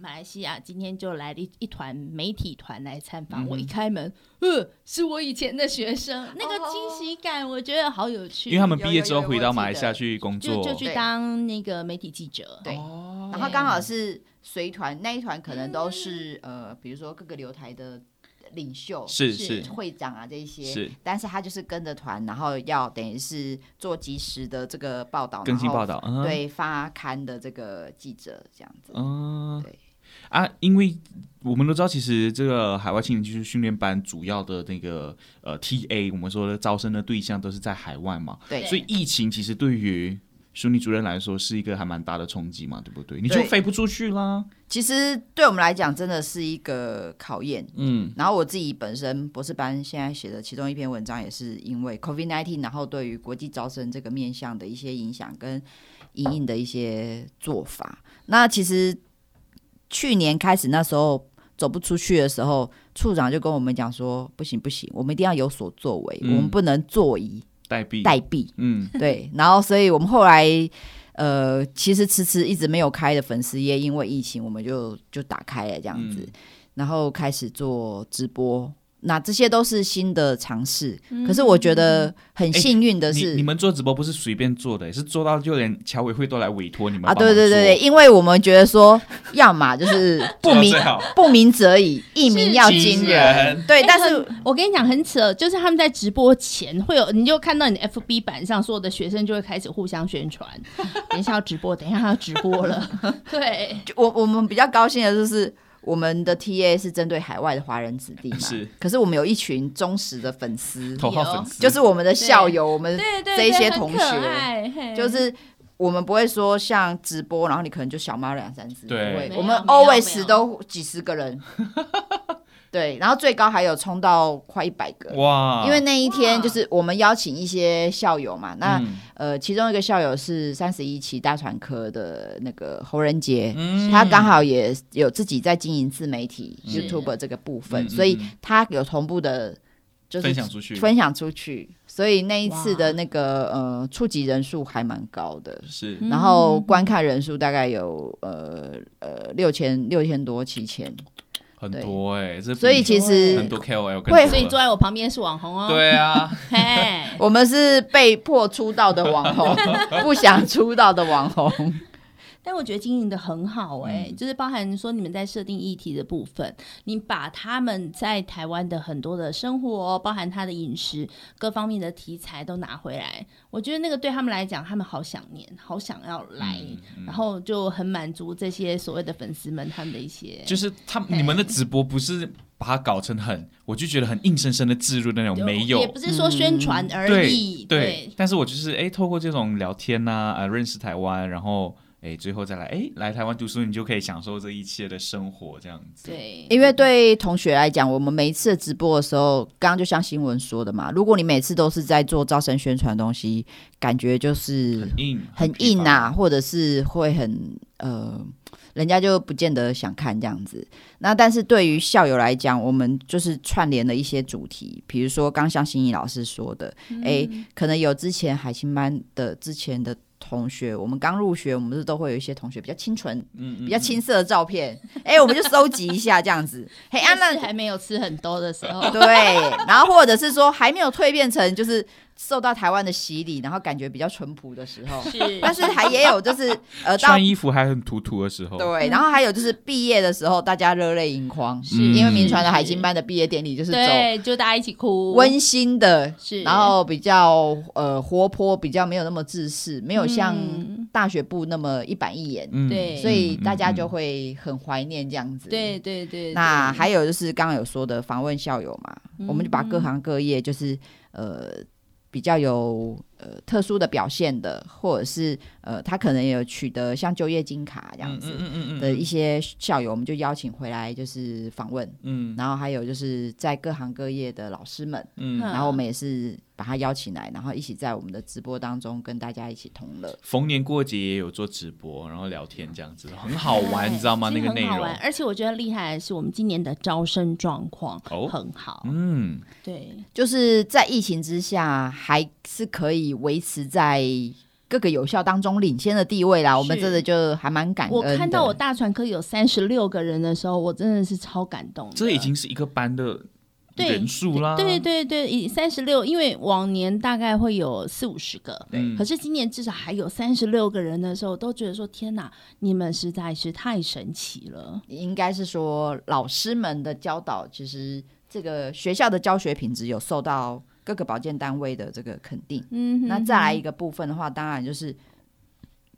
Speaker 1: 马来西亚今天就来了一一团媒体团来参访、
Speaker 2: 嗯哼
Speaker 1: 我一开门，呃，是我以前的学生，那个惊喜感我觉得好有
Speaker 2: 哦
Speaker 1: 趣。
Speaker 2: 因为他们
Speaker 3: 有
Speaker 2: 毕业
Speaker 3: 有
Speaker 2: 之后
Speaker 3: 有
Speaker 2: 回
Speaker 3: 我
Speaker 2: 到
Speaker 3: 记
Speaker 2: 马来
Speaker 3: 得
Speaker 2: 西亚去工
Speaker 1: 就
Speaker 2: 作，
Speaker 1: 就去
Speaker 3: 对
Speaker 1: 当那个媒体记者，
Speaker 3: 对
Speaker 2: 哦
Speaker 3: 然后刚好是随团那一团，可能都是
Speaker 1: 嗯
Speaker 3: 呃，比如说各个流台的领袖、
Speaker 2: 是
Speaker 1: 是
Speaker 2: 是
Speaker 3: 会长啊这一些，
Speaker 2: 是
Speaker 3: 但是他就是跟着团，然后要等于是做及时的这个报道，
Speaker 2: 更新
Speaker 3: 然后
Speaker 2: 报道，嗯，
Speaker 3: 对发刊的这个记者这样子。
Speaker 2: 嗯
Speaker 3: 对
Speaker 2: 啊，因为我们都知道，其实这个海外青年技术训练班主要的那个呃 TA，我们说的招生的对象都是在海外嘛，
Speaker 3: 对
Speaker 2: 所以疫情其实对于淑妮主任来说是一个还蛮大的冲击嘛，对不对？你就
Speaker 3: 对
Speaker 2: 飞不出去啦，
Speaker 3: 其实对我们来讲，真的是一个考验。
Speaker 2: 嗯，
Speaker 3: 然后我自己本身博士班现在写的其中一篇文章，也是因为 COVID nineteen，然后对于国际招生这个面向的一些影响跟隐隐的一些做法。那其实去年开始那时候走不出去的时候，处长就跟我们讲说，不行不行，我们一定要有所作为，
Speaker 2: 嗯
Speaker 3: 我们不能坐以
Speaker 2: 代币，
Speaker 3: 待毙。
Speaker 2: 嗯，
Speaker 3: 对，然后所以我们后来呃，其实迟迟一直没有开的粉丝页，因为疫情我们就就打开了这样子，
Speaker 2: 嗯
Speaker 3: 然后开始做直播。那这些都是新的尝试，可是我觉得很幸运的
Speaker 2: 嗯你
Speaker 3: 是、
Speaker 2: 你们做直播不是随便做的，是做到就连侨委会都来委托你们
Speaker 3: 啊，
Speaker 2: 帮
Speaker 3: 对
Speaker 2: 忙
Speaker 3: 对对对，
Speaker 2: 做，
Speaker 3: 因为我们觉得说， 要么 就是不
Speaker 2: 做到
Speaker 3: 鸣
Speaker 2: 最好
Speaker 3: 不鸣则已，一鸣要
Speaker 2: 惊
Speaker 3: 惊
Speaker 2: 人
Speaker 3: 人。对，
Speaker 1: 哎
Speaker 3: 但是
Speaker 1: 很我跟你讲很扯，就是他们在直播前会有，你就看到你的 FB 版上所有的学生就会开始互相宣传， 等一下要直播，等一下要直播 了，对，
Speaker 3: 就我我们比较高兴的就是我们的 TA 是针对海外的华人子弟嘛，
Speaker 2: 是
Speaker 3: 可是我们有一群忠实的粉丝，
Speaker 2: 头号粉丝
Speaker 3: 就是我们的校友，我们
Speaker 1: 对对，
Speaker 3: 这一
Speaker 1: 对
Speaker 3: 些
Speaker 1: 很
Speaker 3: 同
Speaker 1: 可
Speaker 3: 学，
Speaker 1: 爱嘿
Speaker 3: 就是我们不会说像直播，然后你可能就小猫两三只，
Speaker 2: 对
Speaker 3: 不会
Speaker 1: 没有
Speaker 3: 我们
Speaker 1: 没有没
Speaker 3: always
Speaker 1: 有
Speaker 3: 都几十个人，对，然后最高还有冲到快一百个。
Speaker 2: 哇，
Speaker 3: 因为那一天
Speaker 1: 哇
Speaker 3: 就是我们邀请一些校友嘛，那、
Speaker 2: 嗯
Speaker 3: 呃，其中一个校友是三十一期大传科的那个侯仁杰，他刚好也有自己在经营自媒体
Speaker 2: 嗯
Speaker 3: YouTube 这个部分，
Speaker 2: 嗯嗯
Speaker 3: 所以
Speaker 2: 嗯
Speaker 3: 他有同步的，就是
Speaker 2: 分享出去
Speaker 3: 分享出去，所以那一次
Speaker 1: 哇
Speaker 3: 的那个呃触及人数还蛮高的，
Speaker 2: 是
Speaker 1: 嗯
Speaker 3: 然后观看人数大概有呃呃六千六千多七千，
Speaker 2: 很
Speaker 3: 对
Speaker 2: 多哎，这
Speaker 3: 所以
Speaker 2: 比
Speaker 3: 其
Speaker 2: 很
Speaker 3: 实
Speaker 2: 多 KOL 更
Speaker 3: 会
Speaker 2: 多
Speaker 1: 所以你
Speaker 2: 了
Speaker 1: 坐在我旁边是网红哦，，
Speaker 2: 对啊，
Speaker 1: 嘿，
Speaker 3: 我 们是被迫出道的网红，不想出道的网红。
Speaker 1: 但我觉得经营的很好哎、
Speaker 2: 嗯
Speaker 1: 就是包含说你们在设定议题的部分，你把他们在台湾的很多的生活，包含他的饮食各方面的题材都拿回来，我觉得那个对他们来讲，他们好想念，好想要来，
Speaker 2: 嗯
Speaker 1: 然后就很满足这些所谓的粉丝们他们的一些，
Speaker 2: 就是他们你们的直播不是把它搞成很，我就觉得很硬生生的置入的那种，没
Speaker 1: 也
Speaker 2: 有嗯
Speaker 1: 不。是说宣传而已，
Speaker 2: 对但是我就是哎，透过这种聊天呐、呃，认识台湾，然后哎，最后再来哎，来台湾读书，你就可以享受这一切的生活，这样子。
Speaker 1: 对
Speaker 3: 因为对同学来讲，我们每一次的直播的时候，刚刚就像新闻说的嘛，如果你每次都是在做招生宣传的东西，感觉就是
Speaker 2: 很硬，
Speaker 3: 很硬
Speaker 2: 呐、
Speaker 3: 啊，或者是会很呃，人家就不见得想看这样子。那但是对于校友来讲，我们就是串联了一些主题，比如说刚像心怡老师说的，诶，可能有之前海星班的之前的。同学，我们刚入学，我们不是都会有一些同学比较清纯、
Speaker 2: 嗯嗯
Speaker 3: 比较青涩的照片，诶，我们就收集一下这样 子。嘿，啊，那
Speaker 1: 但是还没有吃很多的时候，
Speaker 3: 对，然后或者是说还没有蜕变成就是受到台湾的洗礼，然后感觉比较淳朴的时候，
Speaker 1: 是
Speaker 3: 但是还也有 就是呃到
Speaker 2: 穿衣服还很土土的时候，
Speaker 3: 对，然后还有就是毕业的时候大家热泪盈眶，
Speaker 1: 是
Speaker 3: 因为民传的海星班的毕业典礼就是走
Speaker 1: 对，就大家一起哭，
Speaker 3: 温馨的，
Speaker 1: 是，
Speaker 3: 然后比较呃活泼，比较没有那么自私，没有像
Speaker 1: 嗯
Speaker 3: 大学部那么一板一眼，
Speaker 2: 嗯
Speaker 1: 对
Speaker 3: 所以大家就
Speaker 2: 会。嗯嗯
Speaker 3: 会很怀念这样子。
Speaker 1: 对对对，
Speaker 3: 那
Speaker 1: 对
Speaker 3: 还有就是刚刚有说的访问校友嘛，我们就
Speaker 2: 嗯
Speaker 3: 把各行各业就是呃比较有呃特殊的表现的，或者是呃他可能有取得像就业金卡这样子
Speaker 2: 嗯嗯嗯
Speaker 3: 的一些校友，我们就邀请回来就是访问，
Speaker 2: 嗯
Speaker 3: 然后还有就是在各行各业的老师们，
Speaker 2: 嗯，
Speaker 1: 嗯
Speaker 3: 然后我们也是把他邀请来，然后一起在我们的直播当中跟大家一起同乐。
Speaker 2: 逢年过节也有做直播，然后聊天这样子，很好玩，
Speaker 1: 对
Speaker 2: 你知道吗？
Speaker 1: 其
Speaker 2: 那
Speaker 1: 实
Speaker 2: 个内
Speaker 1: 很好玩
Speaker 2: 容，
Speaker 1: 而且我觉得厉害的是，我们今年的招生状况
Speaker 2: 哦
Speaker 1: 很好，
Speaker 2: 嗯，
Speaker 1: 对，
Speaker 3: 就是在疫情之下，还是可以维持在各个有效当中领先的地位啦。我们真的就还蛮感恩
Speaker 1: 我
Speaker 3: 的。
Speaker 1: 看到我大船科有三十六个人的时候，我真的是超感动的。
Speaker 2: 这
Speaker 3: 啊
Speaker 2: 已经是一个班的
Speaker 1: 对
Speaker 2: 人数啦，
Speaker 1: 对对对，三十六，因为往年大概会有四五十个，
Speaker 2: 嗯
Speaker 1: 可是今年至少还有三十六个人的时候，我都觉得说天哪，你们实在是太神奇了。
Speaker 3: 应该是说老师们的教导，其实这个学校的教学品质有受到各个保健单位的这个肯定。
Speaker 1: 嗯哼，
Speaker 3: 那再来一个部分的话，当然就是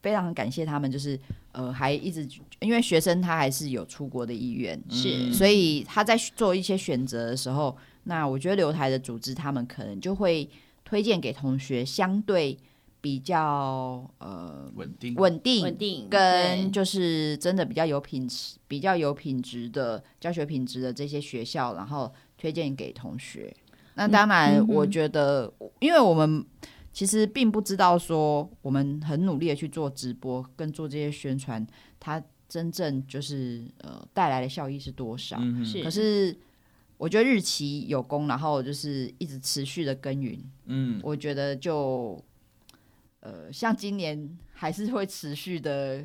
Speaker 3: 非常感谢他们，就是呃，还一直因为学生他还是有出国的意愿，嗯
Speaker 1: 是
Speaker 3: 所以他在做一些选择的时候，那我觉得留台的组织他们可能就会推荐给同学相对比较呃
Speaker 2: 稳定
Speaker 3: 稳
Speaker 1: 稳
Speaker 3: 定。
Speaker 1: 定
Speaker 3: 跟就是真的比较有品质、比较有品质的教学品质的这些学校，然后推荐给同学。那当然，我觉得，因为我们其实并不知道说，我们很努力的去做直播跟做这些宣传，它真正就是呃带来的效益是多少。
Speaker 2: 嗯
Speaker 1: 是
Speaker 3: 可是我觉得日期有功，然后就是一直持续的耕耘，
Speaker 2: 嗯，
Speaker 3: 我觉得就呃，像今年还是会持续的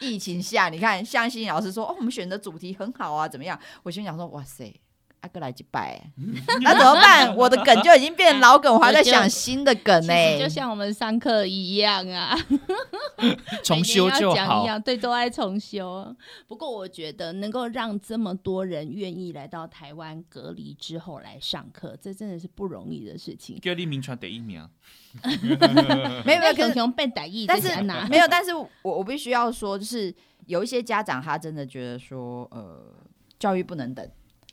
Speaker 3: 疫情下，你看，像心怡老师说哦，我们选的主题很好啊，怎么样？我心想说，哇塞。阿哥来几拜，那怎么办？我的梗就已经变老梗，我还在想新的梗呢、
Speaker 1: 对，其实就像我们上课一样啊，
Speaker 2: 重修
Speaker 1: 每年
Speaker 2: 就
Speaker 1: 要讲
Speaker 2: 好
Speaker 1: 一，样，对，都爱重修。不过我觉得能够让这么多人愿意来到台湾隔离之后来上课，这真的是不容易的事情。
Speaker 2: 各地名传得一名，
Speaker 3: 没有没有，可
Speaker 1: 熊
Speaker 3: 是
Speaker 1: 熊被打一，
Speaker 3: 但是
Speaker 1: 很难拿
Speaker 3: 没有，但是我我必须要说，就是有一些家长他真的觉得说，呃，教育不能等，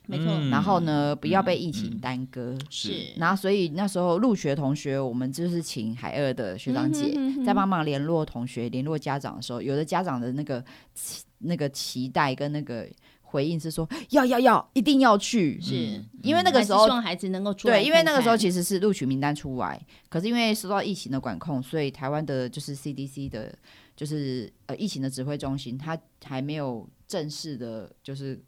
Speaker 1: 没错，
Speaker 2: 嗯
Speaker 3: 然后呢，不要被疫
Speaker 2: 嗯
Speaker 3: 情耽搁。
Speaker 1: 是
Speaker 3: 然后，所以那时候入学同学，我们就是请海二的学长姐
Speaker 1: 嗯哼哼
Speaker 3: 在帮忙联络同学、联络家长的时候，有的家长的那个期那个期待跟那个回应是说要要要，一定要去，嗯
Speaker 1: 是
Speaker 3: 因为那个时
Speaker 1: 还是
Speaker 3: 候
Speaker 1: 希望孩子能够出来
Speaker 3: 对，因为那个时候
Speaker 1: 实
Speaker 3: 其实是录取名单出来，可是因为受到疫情的管控，所以台湾的就是 CDC 的，就是呃疫情的指挥中心，它还没有正式的，就是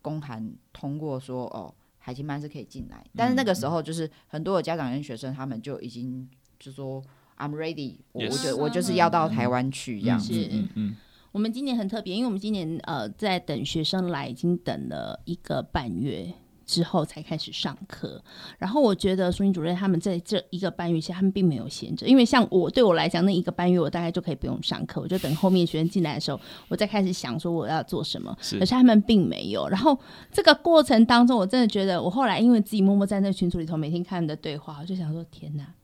Speaker 3: 公函通过说哦，海青班是可以进来。但是
Speaker 1: 嗯
Speaker 3: 那个时候就是很多的家长跟学生他们就已经就说 I'm ready，我我
Speaker 2: Yes
Speaker 3: 觉我
Speaker 1: 嗯
Speaker 3: 就是要到台湾去这样。
Speaker 1: 是
Speaker 2: 嗯嗯
Speaker 1: 我们今年很特别，因为我们今年呃在等学生来，已经等了一个半月。之后才开始上课。然后我觉得淑英主任他们在这一个半月期，他们并没有闲着，因为像我对我来讲，那一个半月我大概就可以不用上课，我就等后面学生进来的时候，我再开始想说我要做什么。
Speaker 2: 是
Speaker 1: 可是他们并没有。然后这个过程当中，我真的觉得我后来因为自己默默在那群组里头每天看他们的对话，我就想说：天哪！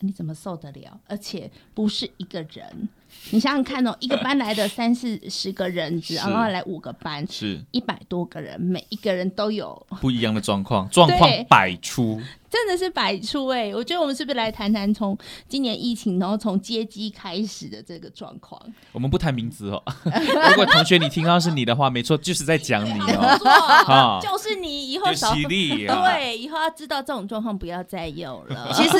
Speaker 1: 你怎么受得了？而且不是一个人，你想想看哦，一个班来的三四十个人，只然
Speaker 2: 是
Speaker 1: 后来五个班，
Speaker 2: 是
Speaker 1: 一百多个人，每一个人都有，
Speaker 2: 不一样的状 况，状况百出，
Speaker 1: 真的是百出哎、我觉得我们是不是来谈谈从今年疫情，然后从接机开始的这个状况？
Speaker 2: 我们不谈 名字哦。如果同学你听到是你的话，没错，就是在讲你 哦。
Speaker 1: 哇
Speaker 2: 啊
Speaker 1: 就是你以后
Speaker 2: 就
Speaker 1: 少
Speaker 2: 犀利啊，
Speaker 1: 对，以后要知道这种状况不要再有 了。
Speaker 3: 其实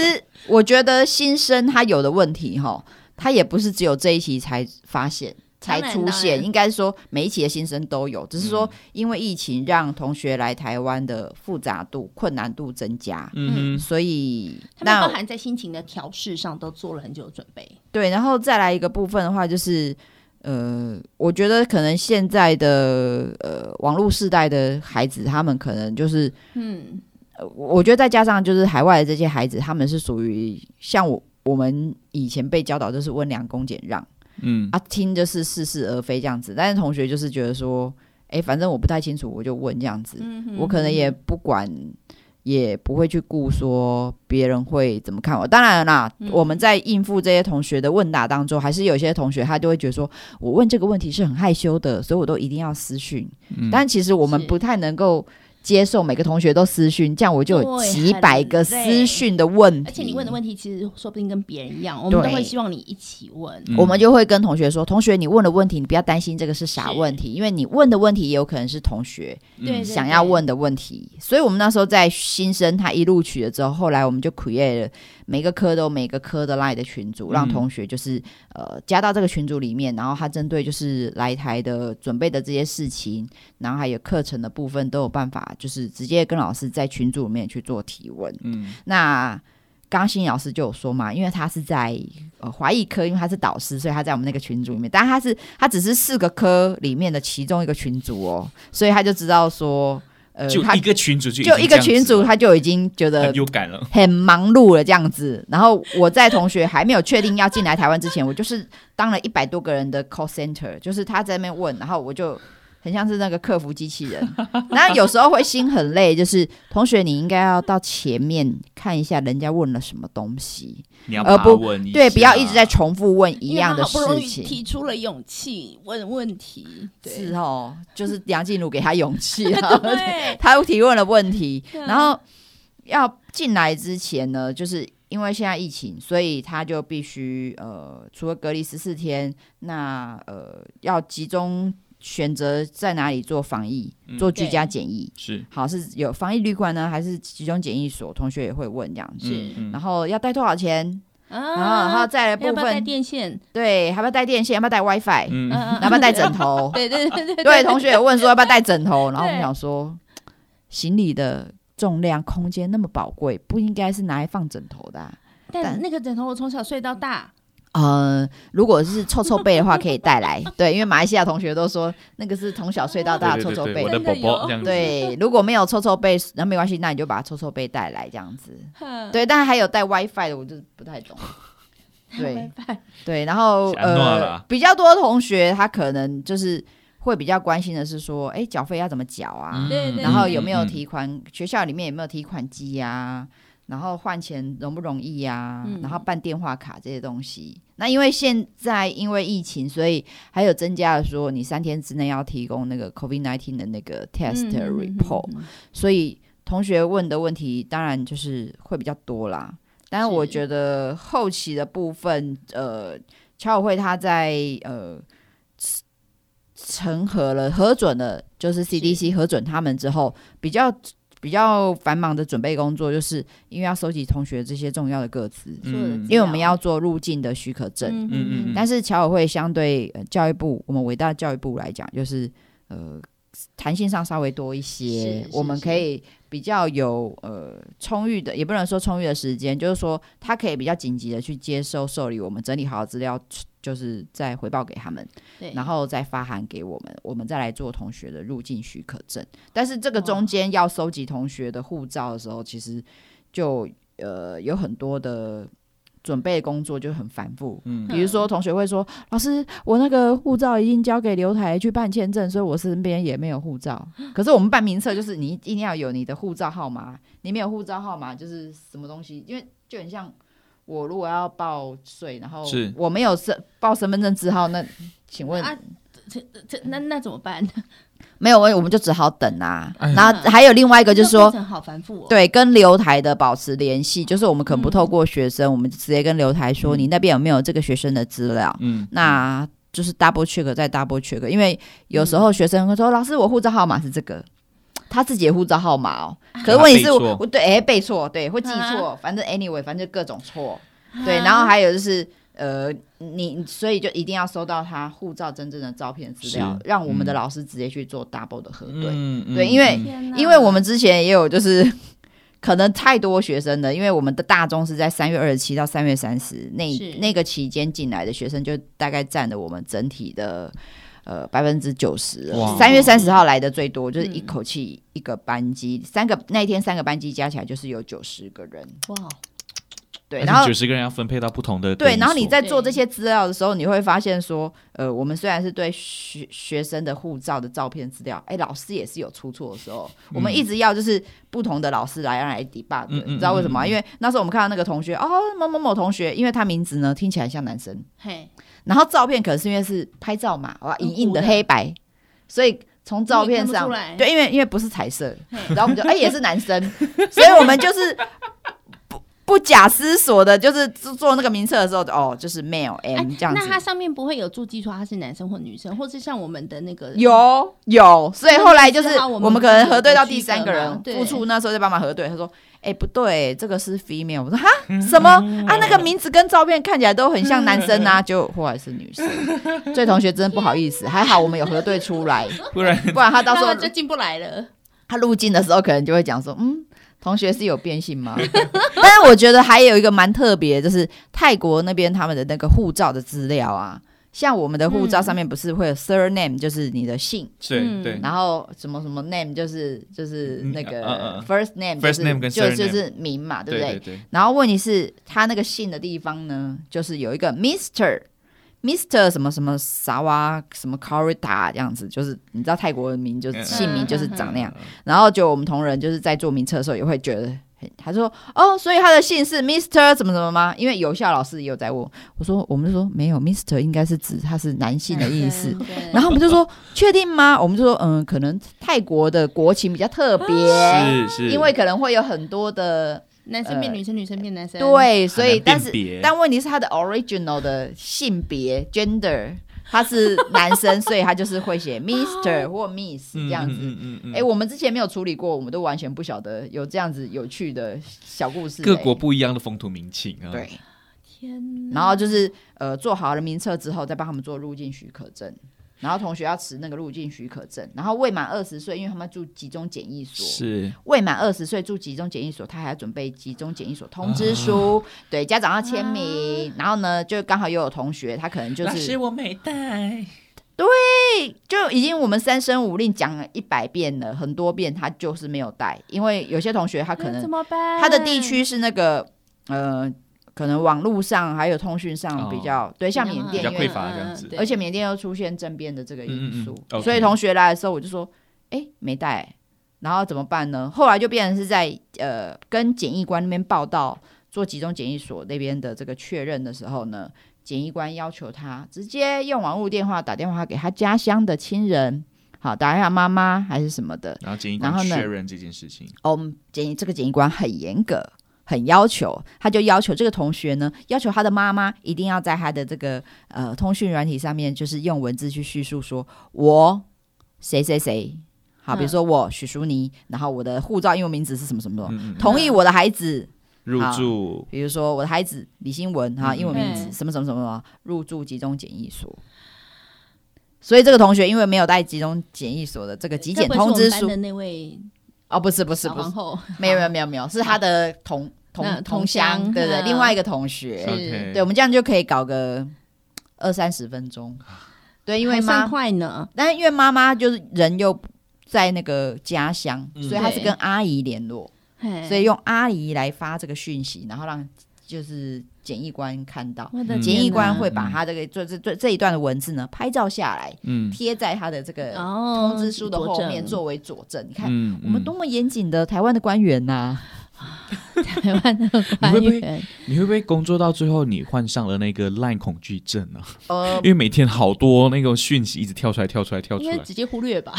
Speaker 3: 我觉得新生他有的问题哈，他也不是只有这一期才发现。才
Speaker 1: 当然
Speaker 3: 出
Speaker 1: 当
Speaker 3: 现，
Speaker 1: 然
Speaker 3: 应该说每一期的新生都有，只是说
Speaker 2: 嗯
Speaker 3: 因为疫情让同学来台湾的复杂度、困难度增加，
Speaker 2: 嗯哼，
Speaker 3: 所以
Speaker 1: 他们
Speaker 3: 那
Speaker 1: 包含在心情的调试上都做了很久的准备。
Speaker 3: 对，然后再来一个部分的话，就是呃，我觉得可能现在的呃网络世代的孩子，他们可能就是
Speaker 1: 嗯，
Speaker 3: 呃，我我觉得再加上就是海外的这些孩子，他们是属于像我我们以前被教导就是温良恭俭让
Speaker 2: 嗯，
Speaker 3: 啊，听就是似是而非这样子，但是同学就是觉得说，哎，反正我不太清楚，我就问这样
Speaker 1: 嗯
Speaker 3: 子，我可能也不管。也不会去顾说别人会怎么看我。当然啦，
Speaker 1: 嗯
Speaker 3: 我们在应付这些同学的问答当中，还是有些同学他就会觉得说，我问这个问题是很害羞的，所以我都一定要私讯。
Speaker 2: 嗯
Speaker 3: 但其实我们
Speaker 1: 是
Speaker 3: 不太能够接受每个同学都私讯，这样我就有
Speaker 1: 对
Speaker 3: 几百个私讯的问题。
Speaker 1: 嗯而且你问的问题其实说不定跟别人一样，我们都
Speaker 3: 嗯对
Speaker 1: 会希望你一起问。
Speaker 2: 嗯
Speaker 3: 我们就会跟同学说：“同学，你问的问题，你不要担心这个是傻
Speaker 1: 是
Speaker 3: 问题，因为你问的问题也有可能是同学
Speaker 1: 对
Speaker 2: 嗯
Speaker 3: 想要问的问题。”所以，我们那时候在新生他一录取了之后，后来我们就 create 了每个科都有每个科的 line 的群组，让
Speaker 2: 嗯
Speaker 3: 同学就是呃加到这个群组里面，然后他针对就是来台的准备的这些事情，然后还有课程的部分都有办法，就是直接跟老师在群组里面去做提问。
Speaker 2: 嗯
Speaker 3: 那刚刚欣怡老师就有说嘛，因为他是在呃华裔科，因为他是导师，所以他在我们那个群组里面，但他是他只是四个科里面的其中一个群组哦，所以他就知道说，呃，
Speaker 2: 就
Speaker 3: 他
Speaker 2: 一个群主就已
Speaker 3: 就
Speaker 2: 经
Speaker 3: 一个
Speaker 2: 这样子
Speaker 3: 群组，
Speaker 2: 了
Speaker 3: 他就已经觉得
Speaker 2: 很有感了，
Speaker 3: 很忙碌了这样子。然后我在同学还没有确定要进来台湾之前，我就是当了一百多个人的 call center，就是他在那边问，然后我就。很像是那个客服机器人，然后有时候会心很累，就是同学你应该要到前面看一下人家问了什么东西，
Speaker 2: 你要
Speaker 3: 呃
Speaker 2: 把
Speaker 3: 不
Speaker 2: 问一
Speaker 3: 对，不要
Speaker 2: 下
Speaker 3: 一直在重复问一样的
Speaker 1: 因为他好不
Speaker 3: 事
Speaker 1: 容易
Speaker 3: 情。
Speaker 1: 提出了勇气问问题，对
Speaker 3: 是哦，就是梁静茹给他勇气啊了，
Speaker 1: 对，
Speaker 3: 他又提问了问题，
Speaker 1: 对啊
Speaker 3: 然后要进来之前呢，就是因为现在疫情，所以他就必须呃，除了隔离十四天，那呃要集中选择在哪里做防疫，
Speaker 2: 嗯
Speaker 3: 做居家检疫。
Speaker 2: 是
Speaker 3: 好，是有防疫旅馆呢，还是集中检疫所？同学也会问这样子。
Speaker 1: 是
Speaker 2: 嗯
Speaker 3: 然
Speaker 2: 嗯
Speaker 3: 后要带多少钱？然后， 然后
Speaker 1: 啊，
Speaker 3: 再来
Speaker 1: 要
Speaker 3: 部
Speaker 1: 不要带
Speaker 3: 分，
Speaker 1: 电线？
Speaker 3: 对，还要不要带电线？要不要带 WiFi？、
Speaker 2: 嗯
Speaker 1: 嗯嗯
Speaker 3: 要不要带枕头？
Speaker 1: 对对对 对
Speaker 3: 对，同学也问说要不要带枕头，然后我们
Speaker 1: 对
Speaker 3: 想说，行李的重量、空间那么宝贵，不应该是拿来放枕头的、啊。
Speaker 1: 但那个枕头我从小睡到大，
Speaker 3: 呃，如果是臭臭被的话，可以带 来。对，因为马来西亚同学都说那个是从小睡到大的
Speaker 2: 对
Speaker 3: 臭
Speaker 2: 对
Speaker 3: 臭
Speaker 2: 对
Speaker 3: 被
Speaker 2: 我。的
Speaker 1: 真的
Speaker 2: 宝宝
Speaker 1: 有
Speaker 2: 这样子，
Speaker 3: 对，如果没有臭臭被，那没关系，那你就把臭臭被带来这样子。
Speaker 1: 哼，
Speaker 3: 对，但还有带 WiFi 的，我就不太 懂。对
Speaker 1: 拜拜，
Speaker 3: 对，然后
Speaker 2: 是安诺
Speaker 3: 呃
Speaker 2: 啊啦，
Speaker 3: 比较多同学他可能就是会比较关心的是说，哎，缴费要怎么缴啊？
Speaker 2: 嗯
Speaker 1: 对对
Speaker 3: 然后有没有提款？学校里面有没有提款机呀、然后换钱容不容易呀、
Speaker 1: 嗯
Speaker 3: 然后办电话卡这些东西。那因为现在因为疫情，所以还有增加了说你三天之内要提供那个 COVID nineteen 的那个 test
Speaker 1: 嗯嗯嗯
Speaker 3: report，、
Speaker 1: 嗯嗯
Speaker 3: 所以同学问的问题当然就是会比较多啦。但是我
Speaker 1: 是
Speaker 3: 觉得后期的部分，呃，侨委会他在呃成核了、核准了，就是 CDC 核准他们之后，比较比较繁忙的准备工作，就是因为要收集同学这些重要的个资，
Speaker 1: 所有的
Speaker 2: 嗯
Speaker 1: 资
Speaker 3: 因为我们
Speaker 1: 料
Speaker 3: 要做入境的许可证。
Speaker 1: 嗯
Speaker 2: 嗯嗯
Speaker 3: 但是侨委会相对、呃、教育部，我们伟大的教育部来讲，就是呃弹性上稍微多一些，
Speaker 1: 是
Speaker 3: 我们
Speaker 1: 是
Speaker 3: 可
Speaker 1: 是
Speaker 3: 以比较有呃充裕的，也不能说充裕的时间，就是说他可以比较紧急的去接收受理我们整理好的资料，就是再回报给他们，
Speaker 1: 对，
Speaker 3: 然后再发函给我们，我们再来做同学的入境许可证。但是这个
Speaker 1: 哇
Speaker 3: 中间要收集同学的护照的时候，其实就呃有很多的准备工作就很繁复，
Speaker 2: 嗯
Speaker 3: 比如说，同学会说：“
Speaker 1: 嗯
Speaker 3: 老师，我那个护照已经交给刘台去办签证，所以我身边也没有护 照。可是我们办名册，就是你一定要有你的护照号码，你没有护照号码就是什么东西？因为就很像我如果要报税，然后
Speaker 2: 是
Speaker 3: 我没有身报身份证字号，那请问、
Speaker 1: 啊，这这这那那怎 么办？
Speaker 3: 没有，我我们就只好等啊。
Speaker 2: 哎呀
Speaker 3: 然后还有另外一个就是
Speaker 1: 这
Speaker 3: 说
Speaker 1: 过，程好繁复哦。
Speaker 3: 对，跟留台的保持联系，就是我们可能不透
Speaker 1: 嗯
Speaker 3: 过学生，我们直接跟留台说，
Speaker 2: 嗯
Speaker 3: 你那边有没有这个学生的资料？
Speaker 2: 嗯，
Speaker 3: 那就是 double check 再 double check，因为有时候学生会说：“老师，我护照号码是这个。”他自己的护照号码哦，可是问题是
Speaker 2: 哎他背
Speaker 3: 我
Speaker 2: 错
Speaker 3: 我对哎背错，对会记
Speaker 1: 啊
Speaker 3: 错，反正 anyway 反正就各种错，
Speaker 1: 啊
Speaker 3: 对，然后还有就是呃你所以就一定要收到他护照真正的照片资料
Speaker 2: 是，
Speaker 3: 让我们的
Speaker 2: 嗯
Speaker 3: 老师直接去做 double 的核对，
Speaker 2: 嗯嗯
Speaker 3: 对因为
Speaker 1: 天哪
Speaker 3: 因为我们之前也有就是可能太多学生了，因为我们的大中是在三月二十七到三月三十那
Speaker 1: 是
Speaker 3: 那个期间进来的学生，就大概占了我们整体的呃百分之九十
Speaker 2: 哇。
Speaker 3: 三月三十号来的最多，就是
Speaker 1: 嗯
Speaker 3: 一口气一个班级、三个那一天三个班级加起来就是有九十个人，
Speaker 1: 哇，
Speaker 3: 对，然后
Speaker 2: 九。十个人要分配到不同的
Speaker 3: 对，
Speaker 2: 诊
Speaker 3: 然后你
Speaker 2: 所
Speaker 3: 在做
Speaker 1: 对
Speaker 3: 这些资料的时候，你会发现说，呃，我们虽然是对学学生的护照的照片资料，哎，老师也是有出错的时候。我们
Speaker 2: 嗯
Speaker 3: 一直要就是不同的老师来让来 debug，、
Speaker 2: 嗯嗯
Speaker 3: 你知道为什么吗？啊
Speaker 2: 嗯嗯
Speaker 3: 因为那时候我们看到那个同学，哦，某某某同学，因为他名字呢听起来像男生，
Speaker 1: 嘿，
Speaker 3: 然后照片可能是因为是拍照嘛，哇，
Speaker 1: 嗯
Speaker 3: 隐隐的
Speaker 1: 糊的
Speaker 3: 黑白，所以从照片
Speaker 1: 你也看
Speaker 3: 上
Speaker 1: 不出，来
Speaker 3: 对，因为因为不是彩 色，
Speaker 1: 嘿
Speaker 3: 然后我们就哎、也是男生， 所以我们就是不不假思索的，就是做那个名册的时候，哦，就是 male
Speaker 1: 哎
Speaker 3: M 这样子
Speaker 1: 那。它上面不会有注记说他是男生或女生，或是像我们的那个
Speaker 3: 有有，所以后来就是
Speaker 1: 那就是我们
Speaker 3: 我们可能核对到第三个
Speaker 1: 有
Speaker 3: 人，
Speaker 1: 对
Speaker 3: 付出那时候在帮忙核对，他说：“哎、不对，这个是 female。”我说：“哈，
Speaker 2: 嗯
Speaker 3: 什么啊？那个名字跟照片看起来都很像男生
Speaker 2: 嗯
Speaker 3: 啊，就后来是女生。”所以同学真的不好意思，还好我们有核对出来，
Speaker 2: 不然
Speaker 3: 不然他到时候
Speaker 1: 那他就进不来了。
Speaker 3: 他入境的时候可能就会讲说，嗯，同学是有变性吗？ 但是我觉得还有一个蛮特别，就是泰国那边他们的那个护照的资料啊，像我们的护照上面不是会有 surname，、就是你的姓，
Speaker 2: 对对
Speaker 3: 然后什么什么 name，就是就是那
Speaker 2: 嗯嗯
Speaker 3: 个
Speaker 2: 嗯
Speaker 3: first name，就是
Speaker 2: First name 跟
Speaker 3: 就
Speaker 2: surname
Speaker 3: 就是名嘛，对不
Speaker 2: 对对，
Speaker 3: 然后问题是，他那个姓的地方呢，就是有一个 Mister。Mister 什么什么萨瓦什么 Corita 这样子，就是你知道泰国人名就是
Speaker 2: 嗯
Speaker 3: 姓名就是长那样
Speaker 2: 嗯，
Speaker 3: 然后就我们同仁就是在做名册的时候也会觉得很，他说哦，所以他的姓是 Mister 怎么怎么吗？因为有效老师也有在问，我说我们就说没有 Mister 应该是指他是男性的意思，
Speaker 1: 嗯对，对
Speaker 3: 然后我们就说确定吗？ 我们就说嗯，可能泰国的国情比较特别，
Speaker 2: 是是，
Speaker 3: 呃因为可能会有很多的
Speaker 1: 男生变女生，女生变男生，，
Speaker 3: 呃对，所
Speaker 2: 很
Speaker 3: 以
Speaker 2: 难
Speaker 3: 但
Speaker 2: 辨
Speaker 3: 是
Speaker 2: 别
Speaker 3: 但问题是他的 original 的性别 gender 他是男生，所以他就是会写 Mister 或 Miss 这样
Speaker 2: 嗯
Speaker 3: 子。
Speaker 2: 嗯嗯嗯嗯
Speaker 3: 哎、我们之前没有处理过，我们都完全不晓得有这样子有趣的小故事、
Speaker 2: 各
Speaker 3: 诶
Speaker 2: 国不一样的风土民情啊，
Speaker 3: 对，
Speaker 1: 天哪，
Speaker 3: 然后就是呃做好了名册之后，再帮他们做入境许可证。然后同学要持那个入境许可证，然后未满二十岁，因为他们住集中检疫所，
Speaker 2: 是
Speaker 3: 未满二十岁住集中检疫所，他还要准备集中检疫所通
Speaker 2: 啊
Speaker 3: 知书，对家长要签名。
Speaker 1: 啊
Speaker 3: 然后呢，就刚好又有同学，他可能就
Speaker 2: 老师
Speaker 3: 是
Speaker 2: 我没带，
Speaker 3: 就已经我们三声五令讲了一百遍了，很多遍他就是没有带，因为有些同学他可
Speaker 1: 那怎
Speaker 3: 能
Speaker 1: 么办？
Speaker 3: 他的地区是那个呃，可能网络上还有通讯上比较、对，像缅
Speaker 2: 哦比
Speaker 3: 甸
Speaker 2: 较
Speaker 3: 因
Speaker 2: 匮
Speaker 3: 为
Speaker 2: 乏这样子
Speaker 1: 嗯对
Speaker 3: 而且缅甸又出现政变的这个因素，
Speaker 2: 嗯嗯嗯，OK
Speaker 3: 所以同学来的时候我就说，哎、没带、然后怎么办呢？后来就变成是在呃跟检疫官那边报道，做集中检疫所那边的这个确认的时候呢，检疫官要求他直接用网络电话打电话给他家乡的亲人，好打给他妈妈还是什么的，
Speaker 2: 然后建议
Speaker 3: 然
Speaker 2: 他
Speaker 3: 后呢
Speaker 2: 确认这件事情，
Speaker 3: 哦，我们检疫这个检疫官很严格，很要求，他就要求这个同学呢，要求他的妈妈一定要在他的这个呃通讯软体上面，就是用文字去叙述说，我谁谁谁，好，比如
Speaker 1: 嗯
Speaker 3: 说我许淑妮，然后我的护照英文名字是什么什么什么，
Speaker 2: 嗯嗯嗯，
Speaker 3: 同意我的孩子，
Speaker 2: 入住
Speaker 3: 比如说我的孩子李新文哈，
Speaker 2: 嗯
Speaker 3: 英文名字
Speaker 1: 嗯
Speaker 3: 什么什么什么什么，入住集中检疫所。所以这个同学因为没有带集中检疫所的这个体检
Speaker 1: 该不
Speaker 3: 通
Speaker 1: 会是我们
Speaker 3: 知
Speaker 1: 班
Speaker 3: 书
Speaker 1: 的，那位
Speaker 3: 哦，不是不是
Speaker 1: 小
Speaker 3: 不是
Speaker 1: 皇，后，
Speaker 3: 没有没有没有没有，是他的同
Speaker 1: 那
Speaker 3: 同
Speaker 1: 同
Speaker 3: 同
Speaker 1: 乡
Speaker 3: 乡，对对，
Speaker 1: 嗯
Speaker 3: 另外一个同学，
Speaker 2: OK
Speaker 3: 对，我们这样就可以搞个二三十分钟， 对，因为
Speaker 1: 啊还算
Speaker 3: 妈，
Speaker 1: 快呢，
Speaker 3: 但是因为妈妈就是人又在那个家乡，
Speaker 2: 嗯
Speaker 3: 所以她是
Speaker 1: 对
Speaker 3: 跟阿姨联络，
Speaker 1: 嘿
Speaker 3: 所以用阿姨来发这个讯息，然后让就是检疫官看到。
Speaker 1: 我的
Speaker 2: 嗯
Speaker 3: 检
Speaker 1: 天
Speaker 3: 疫
Speaker 1: 哪
Speaker 3: 官会把他这
Speaker 1: 嗯
Speaker 3: 个这这这这一段的文字呢拍照下来，
Speaker 2: 嗯
Speaker 3: 贴在他的这个
Speaker 1: 哦
Speaker 3: 通知书的后面
Speaker 1: 佐证
Speaker 3: 作为佐证。你看，
Speaker 2: 嗯，
Speaker 3: 我们多么严谨的台湾的官员呐、
Speaker 1: 台湾的
Speaker 2: 你
Speaker 1: 官
Speaker 2: 会不 会
Speaker 1: 员，
Speaker 2: 你会不会工作到最后你患上了那个烂恐惧症啊？
Speaker 3: 呃
Speaker 2: 因，为每天好多那个讯息一直跳出来，跳出来，跳出
Speaker 1: 应该
Speaker 2: 来。
Speaker 1: 直接忽略吧？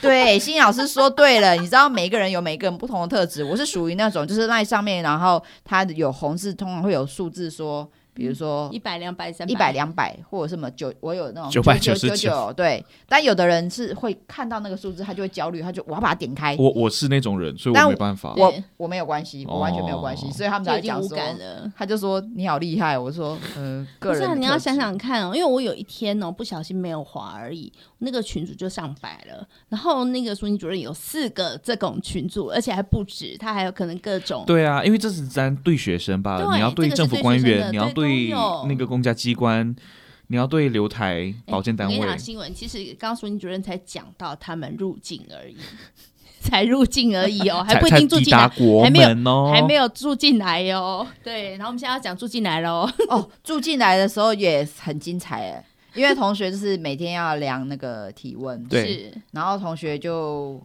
Speaker 3: 对，新老师说对了。你知道每个人有每个人不同的特质，我是属于那种就是赖上面，然后它有红字，通常会有数字说，比如说
Speaker 1: 一百、两百、三
Speaker 3: 哦一百、两百或者什么九，我有那种
Speaker 2: 999
Speaker 3: 九，对。但有的人是会看到那个数字，他就会焦虑，他就我要把它点开。
Speaker 2: 我我是那种人，所以
Speaker 3: 但
Speaker 2: 我
Speaker 3: 我
Speaker 2: 没办法。
Speaker 1: 对
Speaker 3: 我我没有关系，我完全没有关系，
Speaker 2: 哦
Speaker 3: 所以他们
Speaker 1: 就
Speaker 3: 才
Speaker 1: 已经
Speaker 3: 讲
Speaker 1: 无
Speaker 3: 说，
Speaker 1: 感了。
Speaker 3: 他就说你好厉害。我说，呃，个
Speaker 1: 不
Speaker 3: 人
Speaker 1: 是、
Speaker 3: 的
Speaker 1: 啊，
Speaker 3: 特质
Speaker 1: 你要想，想看哦，因为我有一天哦，不小心没有滑而已，那个群主就上百了。然后那个书记主任有四个这种群组，而且还不止，他还有可能各种
Speaker 2: 对啊，因为这是咱对学生吧，
Speaker 1: 对
Speaker 2: 你要
Speaker 1: 这个是
Speaker 2: 政府
Speaker 1: 对
Speaker 2: 官
Speaker 1: 学生的
Speaker 2: 员，你要
Speaker 1: 对
Speaker 2: 对
Speaker 1: 都有
Speaker 2: 那个公家机关，你要对留台保健单
Speaker 1: 我
Speaker 2: 位
Speaker 1: 跟哎你。讲，新闻其实刚刚苏宁主任才讲到他们入境而已， 才入境而 已哦，还
Speaker 2: 才
Speaker 1: 不一
Speaker 2: 才
Speaker 1: 定住
Speaker 2: 抵
Speaker 1: 进来
Speaker 2: 达，国
Speaker 1: 还没有
Speaker 2: 门哦，
Speaker 1: 还没有住进来哟、哦。对，然后我们现在要讲住进来喽。
Speaker 3: 哦，住进来的时候也很精彩哎，因为同学就是每天要量那个体温，
Speaker 2: 对，
Speaker 1: 是
Speaker 3: 然后同学就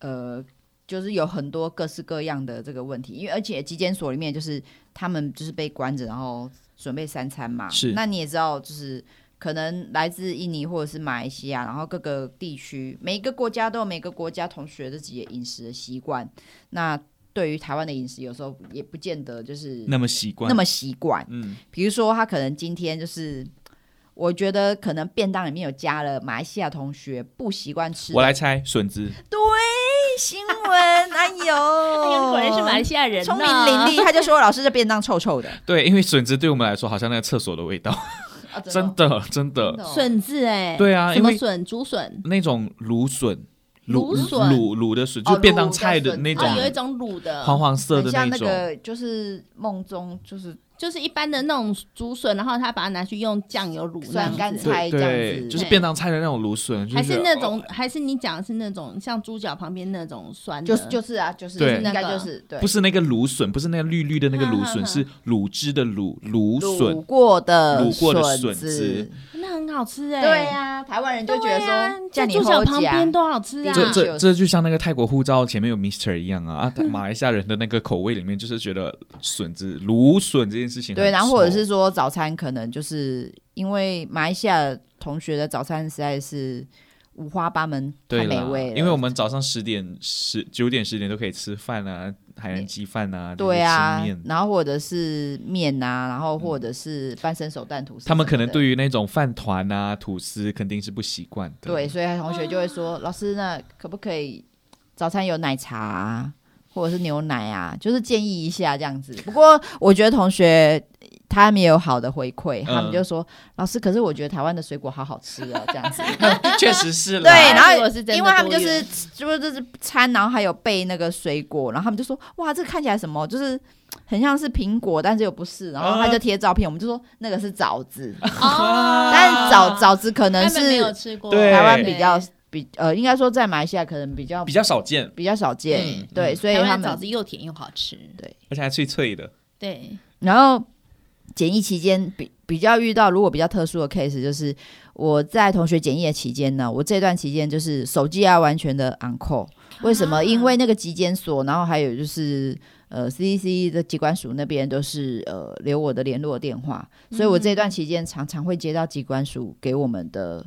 Speaker 3: 呃，就是有很多各式各样的这个问题，因为而且集检所里面就是他们就是被关着，然后准备三餐嘛。
Speaker 2: 是
Speaker 3: 那你也知道，就是可能来自印尼或者是马来西亚，然后各个地区，每一个国家都有每个国家同学自己的饮食的习惯。那对于台湾的饮食，有时候也不见得就是
Speaker 2: 那么习惯，
Speaker 3: 那么习惯。
Speaker 2: 嗯，
Speaker 3: 比如说，他可能今天就是。我觉得可能便当里面有加了马来西亚同学不习惯吃的
Speaker 2: 我来猜笋子，
Speaker 3: 对，新闻，哎呦，
Speaker 1: 那个人果然是马来西亚人呢，
Speaker 3: 聪明伶俐，他就说老师这便当臭臭的，
Speaker 2: 对，因为笋子对我们来说好像那个厕所的味 道，
Speaker 3: 啊、
Speaker 2: 真的哦真的，
Speaker 1: 笋字哎、
Speaker 2: 对啊，
Speaker 1: 什
Speaker 2: 因
Speaker 1: 么
Speaker 2: 为
Speaker 1: 笋、竹笋，
Speaker 2: 那种芦笋，
Speaker 1: 芦
Speaker 2: 芦
Speaker 1: 笋
Speaker 2: 卤卤的笋，
Speaker 3: 哦
Speaker 2: 就是便当菜
Speaker 3: 卤
Speaker 2: 的
Speaker 3: 的
Speaker 2: 那
Speaker 3: 笋
Speaker 2: 种
Speaker 1: 哦，有一种卤的，
Speaker 2: 黄黄色
Speaker 3: 很
Speaker 2: 的
Speaker 3: 像那
Speaker 2: 种，
Speaker 3: 个就是梦中就是
Speaker 1: 就是一般的那种竹笋，然后他把它拿去用酱油卤那
Speaker 3: 酸
Speaker 1: 样子
Speaker 3: 干菜
Speaker 2: 对
Speaker 3: 这样
Speaker 2: 对，
Speaker 3: 子，
Speaker 2: 就是
Speaker 1: 嘿
Speaker 2: 便当菜的那种芦笋，就
Speaker 1: 还是那
Speaker 2: 哦
Speaker 1: 种，还是你讲的是那种像猪脚旁边那种酸的，
Speaker 3: 就是就是啊，就是
Speaker 2: 对
Speaker 3: 应该
Speaker 1: 那个
Speaker 3: 就是对
Speaker 2: 不。是那个芦笋，不是那个绿绿的那个芦
Speaker 1: 哈哈
Speaker 2: 笋，
Speaker 1: 哈
Speaker 2: 是卤汁的卤芦
Speaker 3: 卤
Speaker 2: 笋。
Speaker 3: 过的
Speaker 2: 卤过的笋
Speaker 3: 子
Speaker 2: 子，
Speaker 1: 那很好吃哎、
Speaker 3: 对呀、台湾人就觉得
Speaker 1: 对啊
Speaker 3: 说，叫
Speaker 1: 在
Speaker 3: 你
Speaker 1: 猪脚
Speaker 3: 后
Speaker 1: 旁边多好吃啊！
Speaker 2: 这
Speaker 3: 啊
Speaker 2: 这这就像那个泰国护照前面有 Mister 一样 啊啊！马来西亚人的那个口味里面，就是觉得笋子芦笋这件事情很
Speaker 3: 对，然后或者
Speaker 2: 臭
Speaker 3: 是说早餐可能就是因为马来西亚同学的早餐实在是五花八门，太
Speaker 2: 对
Speaker 3: 美
Speaker 2: 啦
Speaker 3: 味了，
Speaker 2: 因为我们早上十点十九点十点都可以吃饭啊，海南鸡饭啊，
Speaker 3: 对
Speaker 2: 这
Speaker 3: 啊
Speaker 2: 些吃，面嗯
Speaker 3: 然后或者是面啊，然后或者是半生手蛋吐司什么的，
Speaker 2: 他们可能对于那种饭团啊、吐司肯定是不习惯的。
Speaker 3: 对，，所以同学就会说，老师那可不可以早餐有奶茶、啊、或者是牛奶啊？就是建议一下这样子。不过我觉得同学。他们也有好的回馈，他们就说、老师，可是我觉得台湾的水果好好吃哦，这样 子。
Speaker 2: 确实是
Speaker 3: 对，
Speaker 2: 啦。
Speaker 3: 然
Speaker 1: 啊
Speaker 3: 后
Speaker 1: 如果是真的
Speaker 3: 因为他们就
Speaker 1: 多
Speaker 3: 是
Speaker 1: 元
Speaker 3: 就是就是餐，然后还有备那个水果，然后他们就说哇，这个看起来什么，就是很像是苹果，但是又不是，然后他就贴照片，我们就说那个是枣子，
Speaker 1: 哦，
Speaker 3: 但是 枣枣子可能
Speaker 1: 他们没
Speaker 3: 是
Speaker 1: 有吃过，
Speaker 2: 对
Speaker 3: 台湾比
Speaker 1: 对
Speaker 3: 较比呃，应该说在马来西亚可能比较
Speaker 2: 比较少见，
Speaker 3: 比较少见，
Speaker 1: 嗯
Speaker 3: 对，所以
Speaker 1: 台
Speaker 3: 他
Speaker 1: 湾的枣
Speaker 3: 们
Speaker 1: 子又甜又好吃。
Speaker 2: 而且还脆脆的。
Speaker 1: 对，
Speaker 3: 然后检疫期间比比较遇到如果比较特殊的 case 就是。我在同学检疫的期间呢，我这段期间就是手机要完全的 uncle，为什么？
Speaker 1: 啊
Speaker 3: 因为那个极检所，然后还有就是呃 CDC 的机关署那边都是呃留我的联络电话，所以我这段期间常常会接到机关署给我们的。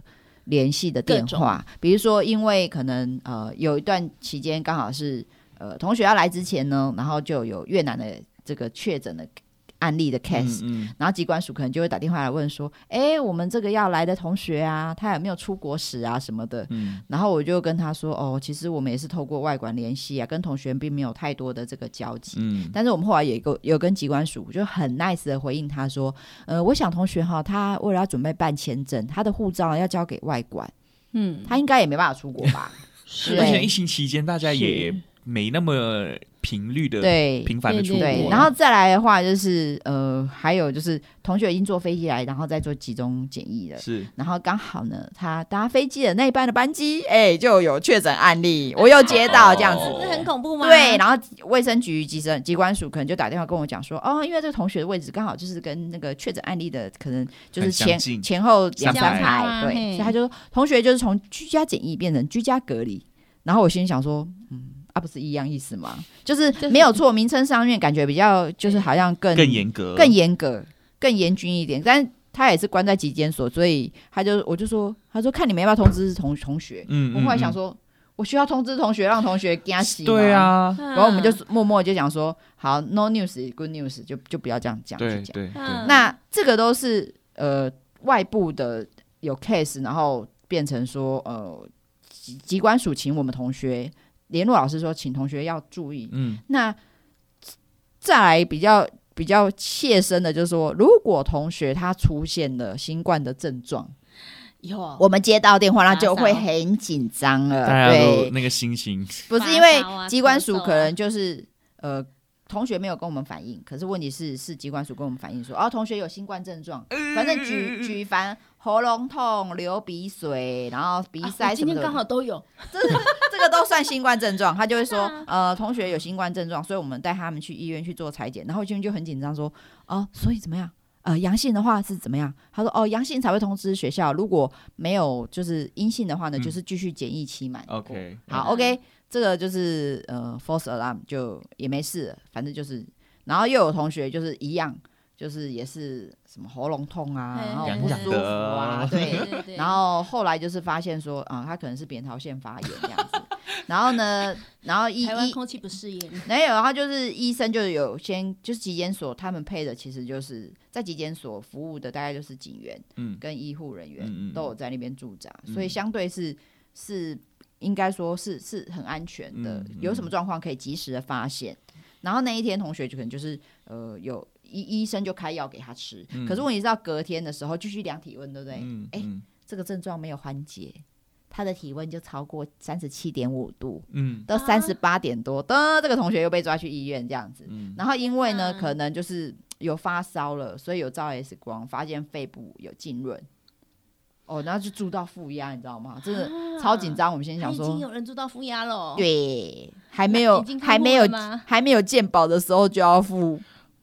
Speaker 3: 联系的电话，比如说，因为可能呃有一段期间刚好是呃同学要来之前呢，然后就有越南的这个确诊的案例的 case，、
Speaker 2: 嗯
Speaker 3: 然后疾管署可能就会打电话来问说，哎，我们这个要来的同学啊，他有没有出国史啊什么的，
Speaker 2: 嗯
Speaker 3: 然后我就跟他说，哦，其实我们也是透过外管联系啊，跟同学并没有太多的这个交集。
Speaker 2: 嗯
Speaker 3: 但是我们后来有一个有跟机关署就很 nice 的回应他说，呃，我想同学哈，他为了要准备办签证，他的护照要交给外管，
Speaker 1: 嗯，
Speaker 3: 他应该也没办法出国 吧？
Speaker 1: 是
Speaker 2: 而且
Speaker 3: 对
Speaker 2: 疫情期间大家也没那么频率的、
Speaker 3: 对
Speaker 2: 频繁的出国
Speaker 1: 对
Speaker 3: 对，
Speaker 2: 了，
Speaker 3: 然后再来的话就是呃，还有就是同学已经坐飞机来，然后再做集中检疫了。
Speaker 2: 是
Speaker 3: 然后刚好呢，他搭飞机的那一班的班机，哎，就有确诊案例，我又接到这样子，
Speaker 2: 哦
Speaker 1: 这哦很啊恐怖吗？
Speaker 3: 对，然后卫生局及生机关署可能就打电话跟我讲说，哦，因为这个同学的位置刚好就是跟那个确诊案例的可能就是
Speaker 2: 很相
Speaker 3: 前
Speaker 2: 近
Speaker 3: 前后两
Speaker 2: 相
Speaker 3: 三
Speaker 1: 排
Speaker 3: 排，对，
Speaker 1: 啊嘿
Speaker 3: 所以他就说同学就是从居家检疫变成居家隔离，然后我心里想说，嗯，啊不是一样意思吗？就是
Speaker 1: 就是
Speaker 3: 没有错，名称上面感觉比较就是好像更
Speaker 2: 更严格，
Speaker 3: 更严格、更严峻一点，但他也是关在集监所，所以他就我就说，他说看你们要不要通知同同学，
Speaker 2: 嗯
Speaker 3: 我后来想，说。我需要通知同学，让同学惊喜吗。
Speaker 2: 嗯对啊，
Speaker 1: 嗯，
Speaker 3: 然后我们就默默就讲说，好，no news is good news，就就不要这样讲，
Speaker 2: 对
Speaker 3: 去讲。
Speaker 2: 对对，
Speaker 1: 嗯
Speaker 3: 那这个都是呃外部的有 case，然后变成说呃机机关署请我们同学联络老师说，请同学要注意。
Speaker 2: 嗯
Speaker 3: 那再来比较比较切身的，就是说，如果同学他出现了新冠的症状，
Speaker 1: 有
Speaker 3: 哦我们接到电话，那就会
Speaker 1: 发烧
Speaker 3: 很紧张了，
Speaker 2: 大家都
Speaker 3: 呃对，
Speaker 2: 那个心情，
Speaker 3: 不是因为机关署可能就是呃，同学没有跟我们反映，可是问题是是机关署跟我们反映说，哦，同学有新冠症状，
Speaker 2: 嗯
Speaker 3: 反正举举凡喉咙痛、流鼻水，然后鼻
Speaker 1: 啊
Speaker 3: 塞
Speaker 1: 我
Speaker 3: 什
Speaker 1: 今
Speaker 3: 么
Speaker 1: 天
Speaker 3: 的，
Speaker 1: 刚好都有，
Speaker 3: 这这个都算新冠症状。他就会说
Speaker 1: 对啊，
Speaker 3: 呃，同学有新冠症状，所以我们带他们去医院去做裁剪，然后医院就很紧张说，哦，所以怎么样？呃，阳性的话是怎么样？他说，哦，阳性才会通知学校，如果没有就是阴性的话呢，
Speaker 2: 嗯哦
Speaker 3: 就是继续检疫期满。
Speaker 2: OK，
Speaker 3: 好，OK，这个就是呃 false alarm 就也没事了，反正就是，然后又有同学就是一样，就是也是什么喉咙痛啊，
Speaker 1: 嘿
Speaker 3: 然后
Speaker 1: 嘿
Speaker 3: 不
Speaker 1: 嘿
Speaker 3: 舒服啊，对。
Speaker 1: 对 对，
Speaker 3: 然后后来就是发现说啊、他可能是扁桃腺发炎这样 子，然后呢，然后医
Speaker 1: 台湾
Speaker 3: 医
Speaker 1: 空气不适应，
Speaker 3: 没有，他就是医生就有先就是疾检所他们配的，其实就是在疾检所服务的大概就是警员，
Speaker 2: 嗯
Speaker 3: 跟医护人
Speaker 2: 嗯嗯
Speaker 3: 员
Speaker 2: 嗯
Speaker 3: 都有在那边驻扎，
Speaker 2: 嗯
Speaker 3: 所以相对是是应该说是是很安全的，
Speaker 2: 嗯嗯
Speaker 3: 有什么状况可以及时的发现。然后那一天同学就可能就是呃有医医生就开药给他吃，
Speaker 2: 嗯
Speaker 3: 可是问题是到隔天的时候继续量体温，对不对？
Speaker 2: 嗯
Speaker 3: 哎
Speaker 2: 嗯
Speaker 3: 这个症状没有缓解，他的体温就超过三十七点五度。
Speaker 2: 嗯
Speaker 3: 到
Speaker 1: 啊
Speaker 3: 三十八点多，的这个同学又被抓去医院这样子。
Speaker 2: 嗯
Speaker 3: 然后因为呢，
Speaker 1: 嗯
Speaker 3: 可能就是有发烧了，所以有照 X 光，发现肺部有浸润。哦，然后就住到负压，你知道吗？真的超紧张。我们先
Speaker 1: 啊他
Speaker 3: 想
Speaker 1: 哎已
Speaker 3: 说，
Speaker 1: 经有人住到负压了，，
Speaker 3: 对，还没有
Speaker 1: 已经，看
Speaker 3: 还没有
Speaker 1: 过了吗，
Speaker 3: 还没有健保的时候就要付。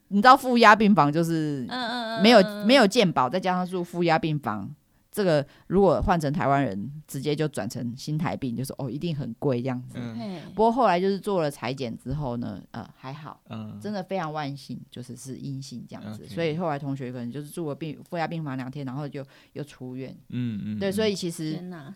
Speaker 3: 你知道负压病房就是
Speaker 1: 嗯嗯嗯，
Speaker 3: 没有
Speaker 1: 嗯
Speaker 3: 没有健保，再加上住负压病房，这个如果换成台湾人，直接就转成新台币，就是哦，一定很贵这样子。
Speaker 2: 嗯
Speaker 1: 嘿
Speaker 3: 不过后来就是做了裁剪之后呢，呃，还好，
Speaker 2: 嗯，
Speaker 3: 真的非常万幸，就是是阴性这样子。
Speaker 2: OK
Speaker 3: 所以后来同学可能就是住了病负压病房两天，然后就又出院。
Speaker 2: 嗯嗯，
Speaker 3: 对，所以其实
Speaker 1: 天哪，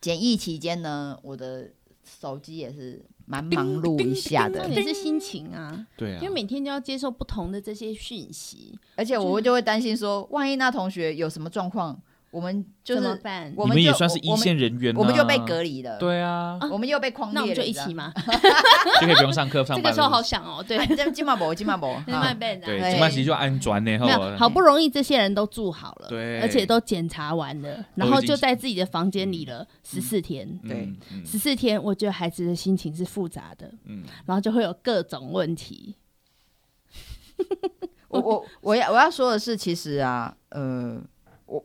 Speaker 3: 检疫期间呢，我的手机也是蛮忙碌一下
Speaker 1: 重
Speaker 3: 的，
Speaker 1: 点是心情啊，
Speaker 2: 对啊
Speaker 1: 因为，每天都要接受不同的这些讯息，
Speaker 3: 而且我就会担心说，万一那同学有什么状况，我们就
Speaker 1: 怎么
Speaker 3: 是
Speaker 1: 办？
Speaker 3: 我
Speaker 2: 你
Speaker 3: 们
Speaker 2: 也
Speaker 3: 就
Speaker 2: 算是
Speaker 3: 我
Speaker 2: 一
Speaker 3: 们
Speaker 2: 线人员，啊
Speaker 3: 我们就被隔，离了，
Speaker 2: 对啊，
Speaker 3: 我们又被框
Speaker 1: 那我
Speaker 3: 列了，
Speaker 1: 们就一
Speaker 3: 你知道
Speaker 1: 起嘛，
Speaker 2: 就可以不用上 课上
Speaker 1: 这
Speaker 2: 班。
Speaker 1: 个时候好想哦，对
Speaker 3: 啊，这金马博，金 马博，
Speaker 1: 那
Speaker 3: 啊
Speaker 1: 慢慢的，
Speaker 2: 对，
Speaker 3: 对
Speaker 2: 起码其实就安转呢，
Speaker 1: 没
Speaker 2: 后
Speaker 1: 有，好不容易这些人都住好了，
Speaker 2: 对
Speaker 1: 而且都检查完了，然后就在自己的房间里了十四天。
Speaker 3: 对
Speaker 2: 嗯嗯
Speaker 1: 十四天，我觉得孩子的心情是复杂的，
Speaker 2: 嗯，
Speaker 1: 然后就会有各种问题。
Speaker 3: 我我我要我要说的是，其实啊，呃，我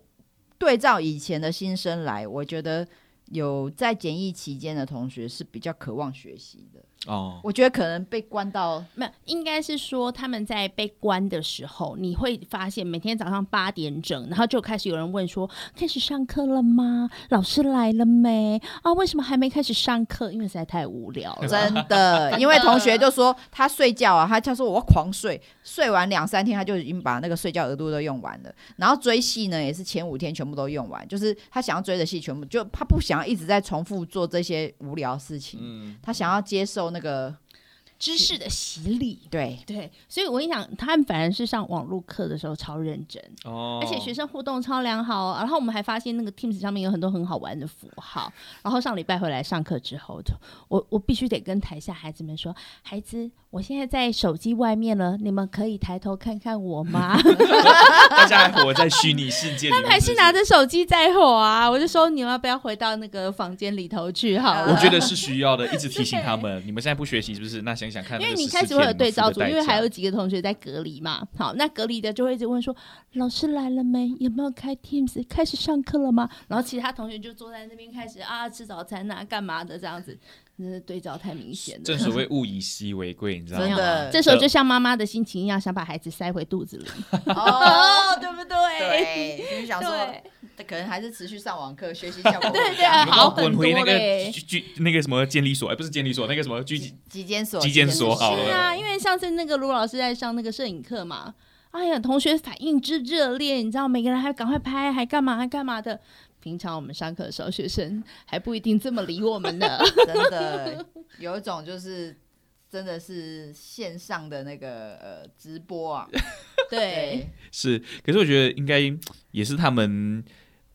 Speaker 3: 对照以前的新生来，我觉得有在检疫期间的同学是比较渴望学习的。
Speaker 2: 哦，
Speaker 3: 我觉得可能被关到
Speaker 1: 没有，应该是说他们在被关的时候，你会发现每天早上八点整，然后就开始有人问说：“开始上课了吗？老师来了没？啊，为什么还没开始上课？因为实在太无聊了。”
Speaker 3: 哦真 的，因为同学就说他睡觉啊，他他说我要狂睡，睡完两三天他就已经把那个睡觉额度都用完了。然后追戏呢，也是前五天全部都用完，就是他想要追的戏全部就他不想要一直在重复做这些无聊事情，
Speaker 2: 嗯，
Speaker 3: 他想要接受那个
Speaker 1: 知识的洗礼。
Speaker 3: 对，
Speaker 1: 对，所以我跟你讲，他们反而是上网络课的时候超认真，
Speaker 2: 哦，
Speaker 1: 而且学生互动超良好。哦然后我们还发现那个 Teams 上面有很多很好玩的符号。然后上礼拜回来上课之后，就我我必须得跟台下孩子们说，孩子，我现在在手机外面了，你们可以抬头看看我吗？
Speaker 2: 大家还活在虚拟世界里面，
Speaker 1: 还是拿着手机在吼啊！我就说你们要不要回到那个房间里头去好了？
Speaker 2: 我觉得是需要的，一直提醒他们，你们现在不学习是不是？那想想看那
Speaker 1: 因
Speaker 2: 个14天
Speaker 1: 为你
Speaker 2: 你
Speaker 1: 开
Speaker 2: 们
Speaker 1: 始
Speaker 2: 付
Speaker 1: 会
Speaker 2: 的代价，
Speaker 1: 有对照组，因为还有几个同学在隔离嘛。好，那隔离的就会一直问说：“老师来了没？有没有开 Teams？开始上课了吗？”然后其他同学就坐在那边开始啊吃早餐啊干嘛的这样子，那对照太明显了。
Speaker 2: 正所谓物以稀为贵，你知道吗？
Speaker 3: 真的
Speaker 1: 这时候就像妈妈的心情一样，想把孩子塞回肚子 里。
Speaker 3: 哦，
Speaker 1: 对不
Speaker 3: 对，就是想说，可能还是持续上网课学 习效果
Speaker 1: 对对
Speaker 2: 你们
Speaker 1: 好
Speaker 2: 哦滚回那
Speaker 1: 很多欸嘞
Speaker 2: 个居居那个什么监理所，哎，不是监理所，那个什么居
Speaker 3: 集集检所，
Speaker 2: 集检所好了
Speaker 1: 是啊，因为上次那个卢老师在上那个摄影课嘛，哎呀，同学反应之热烈，你知道，每个人还赶快拍，还干嘛还干嘛的。平常我们上课的时候，学生还不一定这么理我们 呢。
Speaker 3: 真的有一种就是真的是线上的那个呃直播啊，
Speaker 1: 对，
Speaker 2: 是，可是我觉得应该也是他们。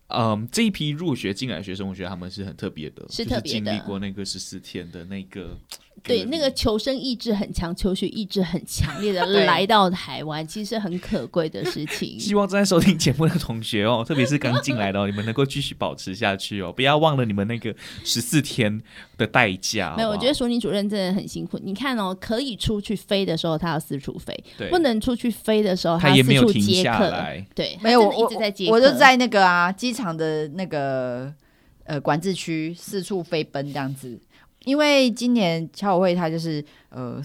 Speaker 2: 嗯，这一批入学进来的学生，我觉得他们是很特别的，
Speaker 1: 是
Speaker 2: 就
Speaker 1: 特别的
Speaker 2: 经历过那个十四天的那个隔离，
Speaker 1: 对，那个求生意志很强、求学意志很强烈 的
Speaker 3: 对
Speaker 1: 来到台湾，其实是很可贵的事 情。
Speaker 2: 希望正在收听节目的同学哦， 特别是刚进来的、哦，你们 能够继续保持下去哦，不要忘了你们那个十四天的代价。
Speaker 1: 没有，我觉
Speaker 2: 得
Speaker 1: 得淑宁主任真的很辛苦。你看哦，可以出去飞的时候，他要四处飞；
Speaker 2: 对
Speaker 1: 不能出去飞的时候，
Speaker 2: 他
Speaker 1: 要
Speaker 2: 也
Speaker 1: 四
Speaker 2: 没有
Speaker 1: 处
Speaker 2: 停
Speaker 1: 接
Speaker 2: 下
Speaker 1: 客。
Speaker 2: 来
Speaker 1: 对，
Speaker 3: 没有
Speaker 1: 他真的
Speaker 3: 我
Speaker 1: 一直在接
Speaker 3: 我我
Speaker 1: 客
Speaker 3: 就在那个啊机场的那个呃管制区四处飞奔这样子，因为今年侨委会它就是呃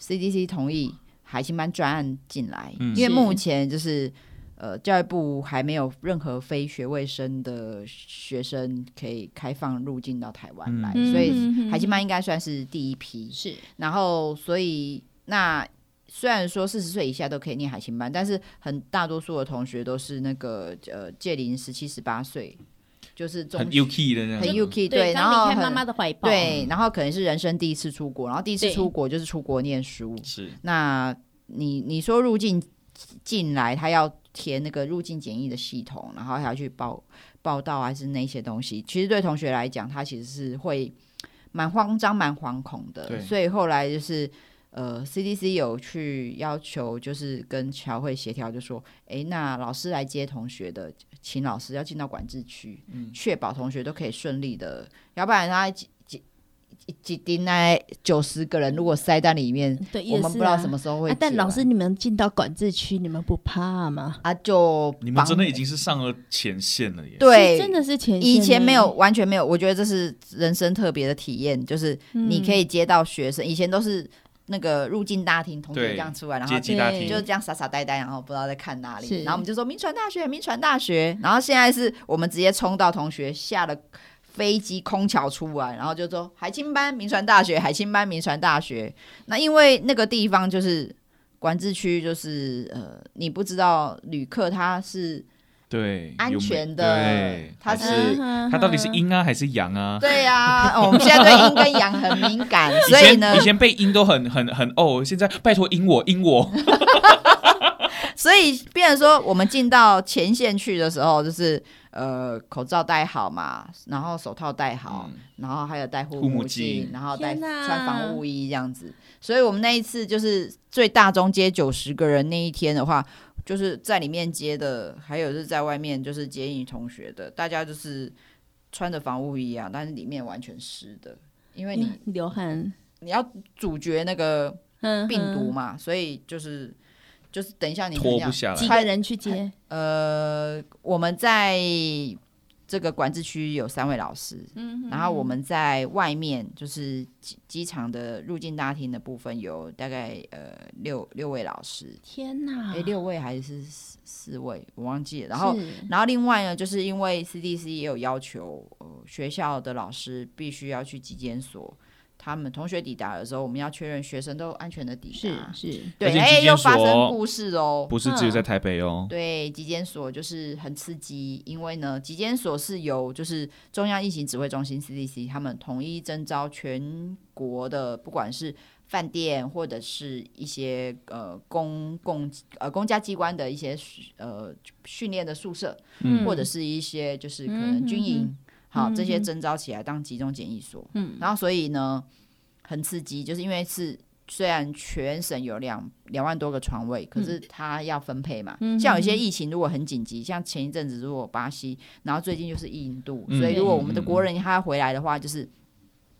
Speaker 3: CDC 同意海星班专案进来，
Speaker 2: 嗯
Speaker 3: 因为
Speaker 1: 是
Speaker 3: 目前就是。呃，教育部还没有任何非学位生的学生可以开放入境到台湾来，
Speaker 1: 嗯
Speaker 3: 所
Speaker 1: 嗯
Speaker 3: 以
Speaker 1: 哼
Speaker 3: 海星班应该算是第一批。
Speaker 1: 是
Speaker 3: 然后所以那虽然说四十岁以下都可以念海青班，但是很大多数的同学都是那个呃届龄十七十八岁，就是中
Speaker 2: 很 UK 的那样子，
Speaker 3: 很 UK
Speaker 1: 对，
Speaker 3: 然
Speaker 1: 刚
Speaker 3: 后
Speaker 1: 离开妈
Speaker 3: 很
Speaker 1: 妈的怀抱，
Speaker 3: 对，然后可能是人生第一次出国，然后第一次
Speaker 1: 对
Speaker 3: 出国就是出国念书。
Speaker 2: 是
Speaker 3: 那你你说入境进来，他要填那个入境检疫的系统，然后还要去报报道还是那些东西，其实对同学来讲，他其实是会蛮慌张、蛮惶恐
Speaker 2: 对
Speaker 3: 的。所以后来就是呃，CDC 有去要求，就是跟侨会协调，就说，诶，那老师来接同学的，请老师要进到管制区，确保同学都可以顺利的，要不然他几几几几丁那九十个人如果塞在里面，
Speaker 1: 对，
Speaker 3: 我
Speaker 1: 也是
Speaker 3: 们不知道
Speaker 1: 啊
Speaker 3: 什么时候会解
Speaker 1: 啊
Speaker 3: 完、
Speaker 1: 但老师，你们进到管制区，你们不怕吗？
Speaker 3: 啊，就
Speaker 2: 你们
Speaker 3: 绑
Speaker 2: 真的已经是上了前线了耶。
Speaker 3: 对，
Speaker 1: 是真的是前线
Speaker 3: 以前
Speaker 1: 呢
Speaker 3: 没有，完全没有，我觉得这是人生特别的体验，就是
Speaker 1: 嗯
Speaker 3: 你可以接到学生，以前都是那个入境大厅，同学
Speaker 2: 对
Speaker 3: 这样出来，然后
Speaker 2: 阶级大
Speaker 1: 对
Speaker 2: 厅
Speaker 3: 就这样傻傻呆呆，然后不知道在看哪
Speaker 1: 是
Speaker 3: 里，然后我们就说民传大学，民传大学，然后现在是我们直接冲到同学下了。飞机空桥出来，然后就说海清班、民传大学、海清班、民传大学。那因为那个地方就是管制区，就是呃，你不知道旅客他是
Speaker 2: 对，
Speaker 3: 安
Speaker 2: 有没
Speaker 3: 全的
Speaker 2: 对，
Speaker 3: 它
Speaker 2: 还
Speaker 3: 是
Speaker 2: 是
Speaker 1: 嗯
Speaker 2: 它到底是阴啊还是阳啊？
Speaker 3: 对呀、哦我们现在对阴跟阳很敏感，
Speaker 2: 以
Speaker 3: 所以
Speaker 2: 前
Speaker 3: 呢
Speaker 2: 以，前被阴都很很很哦，现在拜托阴我阴我，
Speaker 3: 所以变成说，我们进到前线去的时候，就是呃，口罩戴好嘛，然后手套戴 好，
Speaker 2: 嗯
Speaker 3: 然后还有戴护
Speaker 2: 护目
Speaker 3: 目镜
Speaker 2: 镜，
Speaker 3: 然后戴
Speaker 1: 天哪
Speaker 3: 穿防护衣这样子。所以我们那一次就是最大中接九十个人那一天的话，就是在里面接的，还有是在外面就是接应同学的，大家就是穿着防护衣啊，但是里面完全湿的，因为你
Speaker 1: 嗯流汗，
Speaker 3: 你要阻绝那个
Speaker 1: 嗯，
Speaker 3: 病毒
Speaker 1: 嗯
Speaker 3: 嘛，所以就是就是等一下你
Speaker 2: 脱
Speaker 3: 们
Speaker 2: 不
Speaker 3: 讲，
Speaker 2: 下
Speaker 1: 几
Speaker 2: 来。
Speaker 1: 个人去接，
Speaker 3: 呃，我们在这个管制区有三位老师，嗯，然后我们在外面就是机机场的入境大厅的部分有大概呃六六位老师，
Speaker 1: 天哪！
Speaker 3: 诶，哎六位还是四四位，我忘记了，然后。
Speaker 1: 啊是
Speaker 3: 然后另外呢，就是因为 CDC 也有要求，呃，学校的老师必须要去集检所，他们同学抵达的时候，我们要确认学生都安全的抵达
Speaker 1: 是。是，
Speaker 3: 对，
Speaker 2: 而且
Speaker 3: 哎、
Speaker 2: 集检
Speaker 3: 又发
Speaker 2: 所
Speaker 3: 生故事哦。
Speaker 2: 不是只有在台北哦，
Speaker 3: 对，集检所就是很刺激，因为呢，集检所是由就是中央疫情指挥中心 CDC 他们统一征召全国的，不管是饭店或者是一些呃公共呃公家机关的一些呃训练的宿舍，
Speaker 1: 嗯
Speaker 3: 或者是一些就是可
Speaker 1: 嗯
Speaker 3: 能军营，
Speaker 1: 嗯
Speaker 3: 好这些
Speaker 1: 嗯嗯
Speaker 3: 征召起来当集中检疫所。
Speaker 1: 嗯
Speaker 3: 然后所以呢，很刺激，就是因为是虽然全省有两两万多个床位，可是它要分配嘛。
Speaker 1: 嗯
Speaker 3: 像有一些疫情如果很紧急，像前一阵子如果巴西，然后最近就是印度，
Speaker 2: 嗯
Speaker 3: 所以如果
Speaker 1: 对
Speaker 3: 我们的
Speaker 2: 嗯嗯
Speaker 3: 国人他要回来的话，就是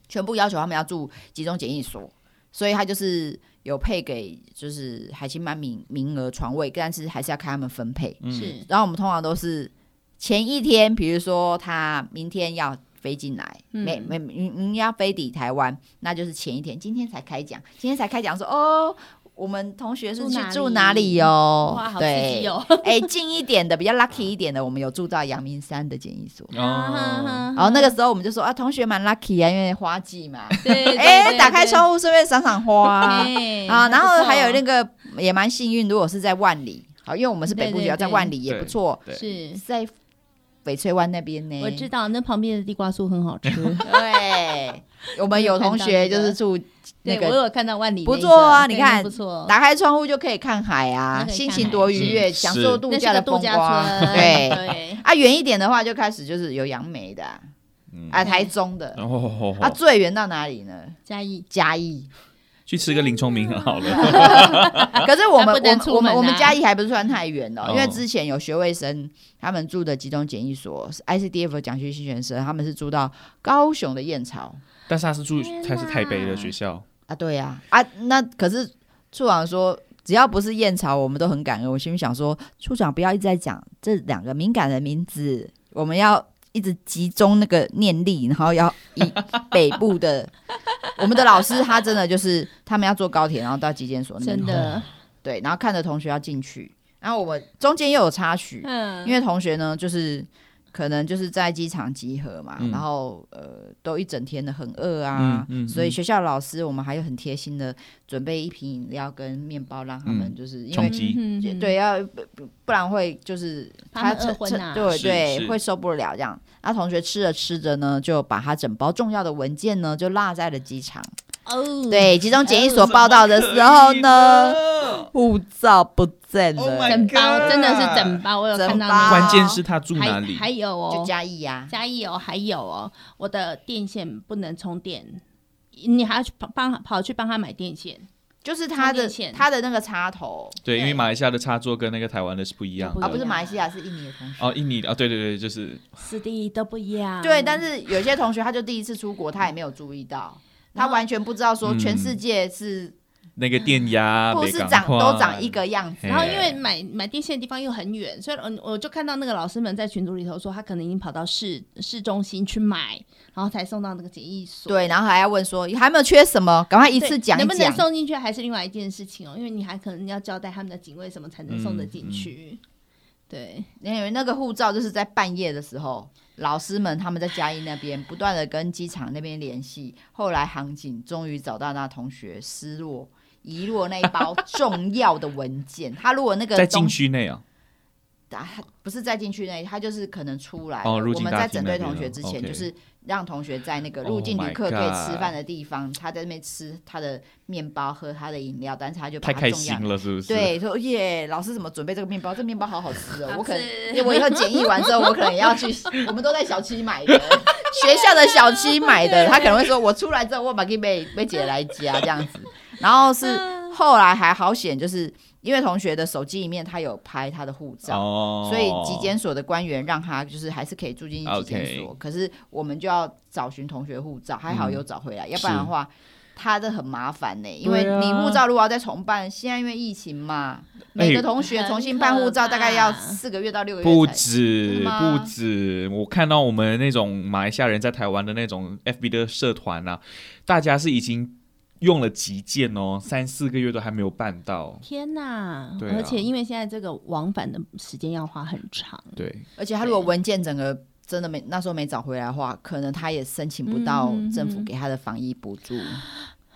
Speaker 3: 全部要求他们要住集中检疫所，所以他就是。有配给就是海青班名名额床位，但是还是要看他们分配。
Speaker 1: 是
Speaker 3: 然后我们通常都是前一天，比如说他明天要飞进来，
Speaker 1: 嗯
Speaker 3: 没没嗯嗯要飞抵台湾，那就是前一天，今天才开讲，今天才开讲说哦。我们同学是去
Speaker 1: 住
Speaker 3: 住
Speaker 1: 哪
Speaker 3: 哪
Speaker 1: 里
Speaker 3: 里哦？
Speaker 1: 哇，好刺激
Speaker 3: 对，
Speaker 1: 哦！
Speaker 3: 哎、近一点的，比较 lucky 一点的，我们有住到阳明山的检疫所。
Speaker 2: 哦，
Speaker 1: 嗯
Speaker 3: 然后那个时候我们就说啊，同学蛮 lucky 啊，因为花季嘛，
Speaker 1: 对，对
Speaker 3: 哎、
Speaker 1: 对
Speaker 3: 打开
Speaker 1: 对
Speaker 3: 窗户顺便赏赏花。
Speaker 1: 哎
Speaker 3: 啊，然后还有那
Speaker 1: 个
Speaker 3: 个也蛮幸运，如果是在万里，好，因为我们是北部
Speaker 1: 对
Speaker 3: 学
Speaker 1: 对
Speaker 3: 校，在
Speaker 1: 对
Speaker 3: 万里也不
Speaker 2: 对
Speaker 3: 错，
Speaker 2: 对
Speaker 1: 是，
Speaker 3: 在翡翠湾那边呢。
Speaker 1: 我知道那旁边的地瓜酥很好吃，
Speaker 3: 对，我们有同学就是住 那
Speaker 1: 对我
Speaker 3: 个，
Speaker 1: 有看到万里那
Speaker 3: 不
Speaker 1: 个
Speaker 3: 错啊
Speaker 1: 对
Speaker 3: 你看
Speaker 1: 那不错，
Speaker 3: 打开窗户就可以看海
Speaker 1: 那
Speaker 3: 啊，
Speaker 1: 可以看
Speaker 3: 心情多愉悦，
Speaker 2: 是
Speaker 3: 享受度
Speaker 1: 那是
Speaker 3: 假
Speaker 1: 个
Speaker 3: 的
Speaker 1: 度
Speaker 3: 风
Speaker 1: 假
Speaker 3: 光。
Speaker 1: 村，
Speaker 3: 对
Speaker 1: 对，
Speaker 3: 啊，远一点的话就开始就是有杨梅的啊
Speaker 2: 嗯，
Speaker 3: 啊，台中的
Speaker 2: 然后
Speaker 3: 啊，最远到哪里呢？
Speaker 1: 嘉义
Speaker 3: 嘉义。
Speaker 2: 去吃个林聪明好了。
Speaker 3: 可是我们
Speaker 1: 还不能
Speaker 3: 我们
Speaker 1: 出
Speaker 3: 我
Speaker 1: 门啊
Speaker 3: 们我们嘉义还不是算太远了，
Speaker 2: 哦
Speaker 3: 因为之前有学位生他们住的集中检疫所，ICDF 哎奖学金学生，他们是住到高雄的燕巢。
Speaker 2: 但是他是住
Speaker 1: 天，
Speaker 2: 他是台北
Speaker 1: 哪
Speaker 2: 的学校，
Speaker 3: 啊，对呀、啊，那可是处长说，只要不是燕巢，我们都很感恩。我心里想说，处长不要一直在讲这两个敏感的名字，我们要一直集中那个念力，然后要以北部的我们的老师，他真的就是他们要坐高铁，然后到集检所那
Speaker 1: 真
Speaker 3: 边，
Speaker 1: 的，哦
Speaker 3: 对，然后看着同学要进去，然后我们中间又有插曲，
Speaker 1: 嗯，
Speaker 3: 因为同学呢，就是可能就是在机场集合嘛，
Speaker 2: 嗯
Speaker 3: 然后呃，都一整天的很饿啊，
Speaker 2: 嗯嗯嗯
Speaker 3: 所以学校老师我们还有很贴心的准备一瓶饮料跟面包，让他们
Speaker 2: 嗯
Speaker 3: 就是因
Speaker 2: 冲
Speaker 3: 为。
Speaker 2: 击
Speaker 1: 嗯嗯嗯
Speaker 3: 对，要不不不然会就是
Speaker 1: 他们
Speaker 3: 趁
Speaker 1: 饿昏
Speaker 3: 趁
Speaker 1: 啊
Speaker 3: 对
Speaker 2: 是
Speaker 3: 对，
Speaker 2: 是
Speaker 3: 会受不了这样。那同学吃着吃着呢，就把他整包重要的文件呢就落在了机场。
Speaker 1: 哦，
Speaker 3: 对，集中检疫所报道的时候呢，护照不见了
Speaker 2: Oh my
Speaker 1: 整包
Speaker 2: God
Speaker 1: 真的是整包，我有看到
Speaker 3: 整包
Speaker 1: 那
Speaker 2: 关
Speaker 1: 个，
Speaker 2: 键是他住哪
Speaker 1: 还
Speaker 2: 里？
Speaker 1: 还有
Speaker 3: 就
Speaker 1: 哦，
Speaker 3: 嘉义啊呀、
Speaker 1: 嘉义哦，还有哦，我的电线不能充电，你还要去帮帮跑去帮他买电线，
Speaker 3: 就是他
Speaker 1: 充
Speaker 3: 的
Speaker 1: 电线
Speaker 3: 他的那个插头，
Speaker 2: 对，因为
Speaker 1: 对
Speaker 2: 马来西亚的插座跟那个台湾的是不一样
Speaker 1: 都
Speaker 3: 啊，
Speaker 2: 的。
Speaker 3: 不是马来西亚，是印尼的同学。
Speaker 2: 哦，印尼的哦，对对对，就是
Speaker 1: 四地都不一 样。
Speaker 3: 对，但是有些同学他就第一次出国，他也没有注意到，他完全不知道说
Speaker 2: 嗯
Speaker 3: 全世界是
Speaker 2: 那个 电
Speaker 1: 嗯
Speaker 2: 压，
Speaker 3: 护
Speaker 2: 北
Speaker 3: 士
Speaker 2: 港
Speaker 1: 啊
Speaker 3: 长
Speaker 2: 话
Speaker 3: 都长一。个样子
Speaker 2: 嘿。
Speaker 1: 然后因为买买电线的地方又很远，所以嗯，我就看到那个老师们在群组里头说，他可能已经跑到市市中心去买，然后才送到那个检疫所。
Speaker 3: 对，然后还要问说还没有缺什么，赶快一
Speaker 1: 对，
Speaker 3: 次讲一
Speaker 1: 能不能
Speaker 3: 讲。
Speaker 1: 送进去还是另外一件事情哦，因为你还可能要交代他们的警卫什么才能送得进去。对，
Speaker 3: 因为那个护照就是在半夜的时候，老师们他们在嘉义那边不断的跟机场那边联系，后来航警终于找到那同学失落遗落那一包重要的文件。他如果那个
Speaker 2: 在
Speaker 3: 东
Speaker 2: 禁区内啊，
Speaker 3: 啊，不是在禁区内，他就是可能出来了。
Speaker 2: 哦入
Speaker 3: 我
Speaker 2: 境
Speaker 3: 们
Speaker 2: 大
Speaker 3: 在
Speaker 2: 厅
Speaker 3: 整
Speaker 2: 那
Speaker 3: 队
Speaker 2: 边
Speaker 3: 同学
Speaker 2: 了
Speaker 3: 之前，
Speaker 2: ，OK
Speaker 3: 就是让同学在那个入
Speaker 2: Oh
Speaker 3: 境旅
Speaker 2: my
Speaker 3: 客可以
Speaker 2: God
Speaker 3: 吃饭的地方他在那边吃他的面包，喝他的饮料，但是他就把
Speaker 2: 太
Speaker 3: 它
Speaker 2: 开
Speaker 3: 重要
Speaker 2: 心了，是不是？，
Speaker 3: 对，说耶，老师怎么准备这个面包？这面包好好吃哦！我可
Speaker 1: 好
Speaker 3: 能我以后检疫完之后，我可能也要去， 我们都在小七买的，学校的小七买的。他可能会说，我出来之后，我把给被被姐来加这样子。然后是后来还好险，就是因为同学的手机里面他有拍他的护照。
Speaker 2: 哦，
Speaker 3: 所以集检所的官员让他就是还是可以住进集检所
Speaker 2: OK
Speaker 3: 可是我们就要找寻同学护照，还好有找
Speaker 2: 嗯
Speaker 3: 回来，要不然的话。他的很麻烦呢、因为
Speaker 2: 对啊
Speaker 3: 你护照如果要再重办，现在因为疫情嘛，
Speaker 2: 哎
Speaker 3: 每个同学重新办护照大概要四个月到六个
Speaker 2: 不
Speaker 3: 月才。
Speaker 2: 止
Speaker 3: 真的吗
Speaker 2: 不止，我看到我们那种马来西亚人在台湾的那种 FB 的社团啊，大家是已经用了极限哦，三四个月都还没有办到。
Speaker 1: 天哪！
Speaker 2: 对啊
Speaker 1: 而且因为现在这个往返的时间要花很长，
Speaker 2: 对，
Speaker 3: 而且他如果文件整个真的没那时候没找回来的话，可能他也申请不到
Speaker 1: 嗯嗯嗯
Speaker 3: 政府给他的防疫补助。
Speaker 2: 嗯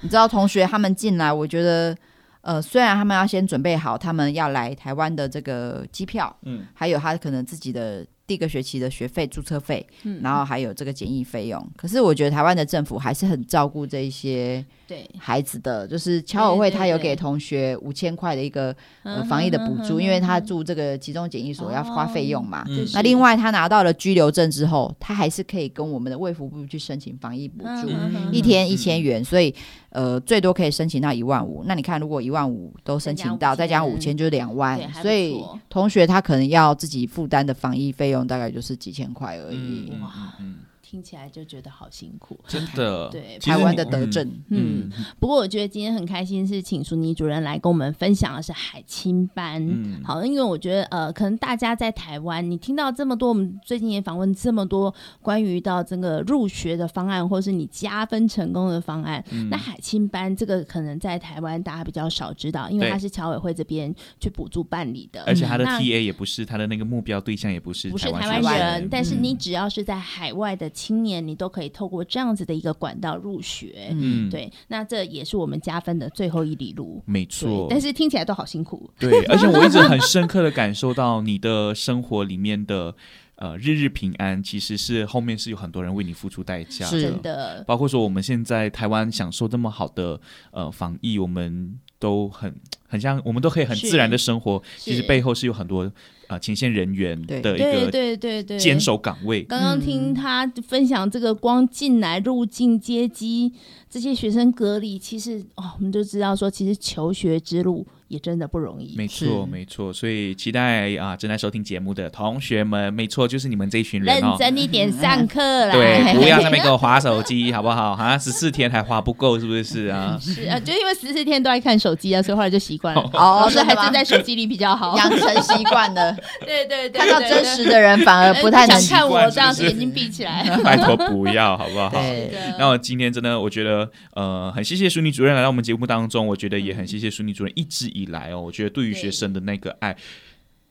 Speaker 3: 你知道同学他们进来，我觉得呃，虽然他们要先准备好他们要来台湾的这个机票，
Speaker 2: 嗯，
Speaker 3: 还有他可能自己的第一个学期的学费、注册费，
Speaker 1: 嗯
Speaker 3: 然后还有这个检疫费用。可是我觉得台湾的政府还是很照顾这一些
Speaker 1: 对，
Speaker 3: 孩子的，就是侨委会他有给同学五千块的一个、
Speaker 1: 嗯
Speaker 3: 呃、防疫的补助，因为他住这个集中检疫所要花费用嘛。
Speaker 2: 嗯
Speaker 3: 那另外，他拿到了居留证之后，他还是可以跟我们的卫福部去申请防疫补助，
Speaker 1: 嗯嗯嗯
Speaker 3: 一天一
Speaker 2: 嗯
Speaker 3: 千元，所以呃，最多可以申请到一万五。那你看，如果一万五都申请到，
Speaker 1: 再
Speaker 3: 再
Speaker 1: 加
Speaker 3: 加
Speaker 1: 5000
Speaker 3: 五千嗯就是两
Speaker 1: 对
Speaker 3: 万，
Speaker 1: 还不
Speaker 3: 所以
Speaker 1: 错
Speaker 3: 同学他可能要自己负担的防疫费用大概就是几千块而
Speaker 2: 嗯
Speaker 3: 已。
Speaker 2: 嗯
Speaker 1: 哇
Speaker 2: 嗯，
Speaker 1: 听起来就觉得好辛苦。
Speaker 2: 真的，
Speaker 1: 对
Speaker 2: 其实
Speaker 3: 台湾的
Speaker 2: 你
Speaker 3: 德政，
Speaker 1: 嗯，不过我觉得今天很开心，是请淑妮主任来跟我们分享的是海青班。
Speaker 2: 嗯
Speaker 1: 好，因为我觉得呃，可能大家在台湾，你听到这么多，我们最近也访问这么多关于到这个入学的方案，或是你加分成功的方案。
Speaker 2: 嗯
Speaker 1: 那海青班这个可能在台湾大家比较少知道，因为
Speaker 2: 对
Speaker 1: 它是侨委会这边去补助办理的，
Speaker 2: 而且他的
Speaker 1: 嗯那
Speaker 2: TA 也不是他的那个目标对象，也不是
Speaker 1: 不是台
Speaker 2: 湾嗯
Speaker 1: 湾
Speaker 2: 学生
Speaker 1: 人，但是你只要是在海外的青年，你都可以透过这样子的一个管道入学。
Speaker 2: 嗯，
Speaker 1: 对，那这也是我们加分的最后一里路。
Speaker 2: 没
Speaker 1: 对
Speaker 2: 错，，
Speaker 1: 但是听起来都好辛苦。
Speaker 2: 对，而且我一直很深刻的感受到你的生活里面的呃日日平安，其实是后面是有很多人为你付出代价
Speaker 3: 是
Speaker 1: 真的，
Speaker 2: 包括说我们现在台湾享受这么好的呃防疫，我们都很很像，我们都可以很
Speaker 1: 是
Speaker 2: 自然的生活，
Speaker 1: 是
Speaker 2: 其实背后是有很多呃前线人员
Speaker 3: 对
Speaker 2: 的一
Speaker 1: 对
Speaker 2: 个
Speaker 1: 对对对，
Speaker 2: 坚守岗位。
Speaker 1: 刚刚听他分享这个光进来、入境、接机这些学生隔离，其实哦，我们就知道说，其实求学之路也真的不容易。
Speaker 2: 没错，
Speaker 3: 是
Speaker 2: 没错，所以期待啊、正在收听节目的同学们，没错，就是你们这一群人
Speaker 1: 认
Speaker 2: 哦。
Speaker 1: 真一点上课啦，
Speaker 2: 对，不要在那边给我划手机，好不好？哈，十四天还划不够，是不是啊？
Speaker 1: 是啊，就因为十四天都在看手机啊，所以后来就习惯 了。
Speaker 2: 嗯
Speaker 1: 老
Speaker 3: 哦
Speaker 1: 师还
Speaker 3: 真
Speaker 1: 是
Speaker 3: 的吗哦
Speaker 1: 在手机里比较 好。
Speaker 3: 养成习惯了，
Speaker 1: 对对 对，
Speaker 3: 看到
Speaker 1: 对
Speaker 3: 真实的人反而
Speaker 1: 对
Speaker 3: 不太能
Speaker 1: 想。看我这样
Speaker 2: 习惯是
Speaker 1: 子
Speaker 2: 不是
Speaker 1: 眼睛闭起 来。
Speaker 2: 拜托不要，好不好？
Speaker 3: 对，
Speaker 2: 嗯那我今天真的，我觉得呃，很谢谢淑妮主任来到我们节目当中，我觉得也很谢谢淑妮主任一直以来哦，我觉得对于
Speaker 1: 对
Speaker 2: 学生的那个爱。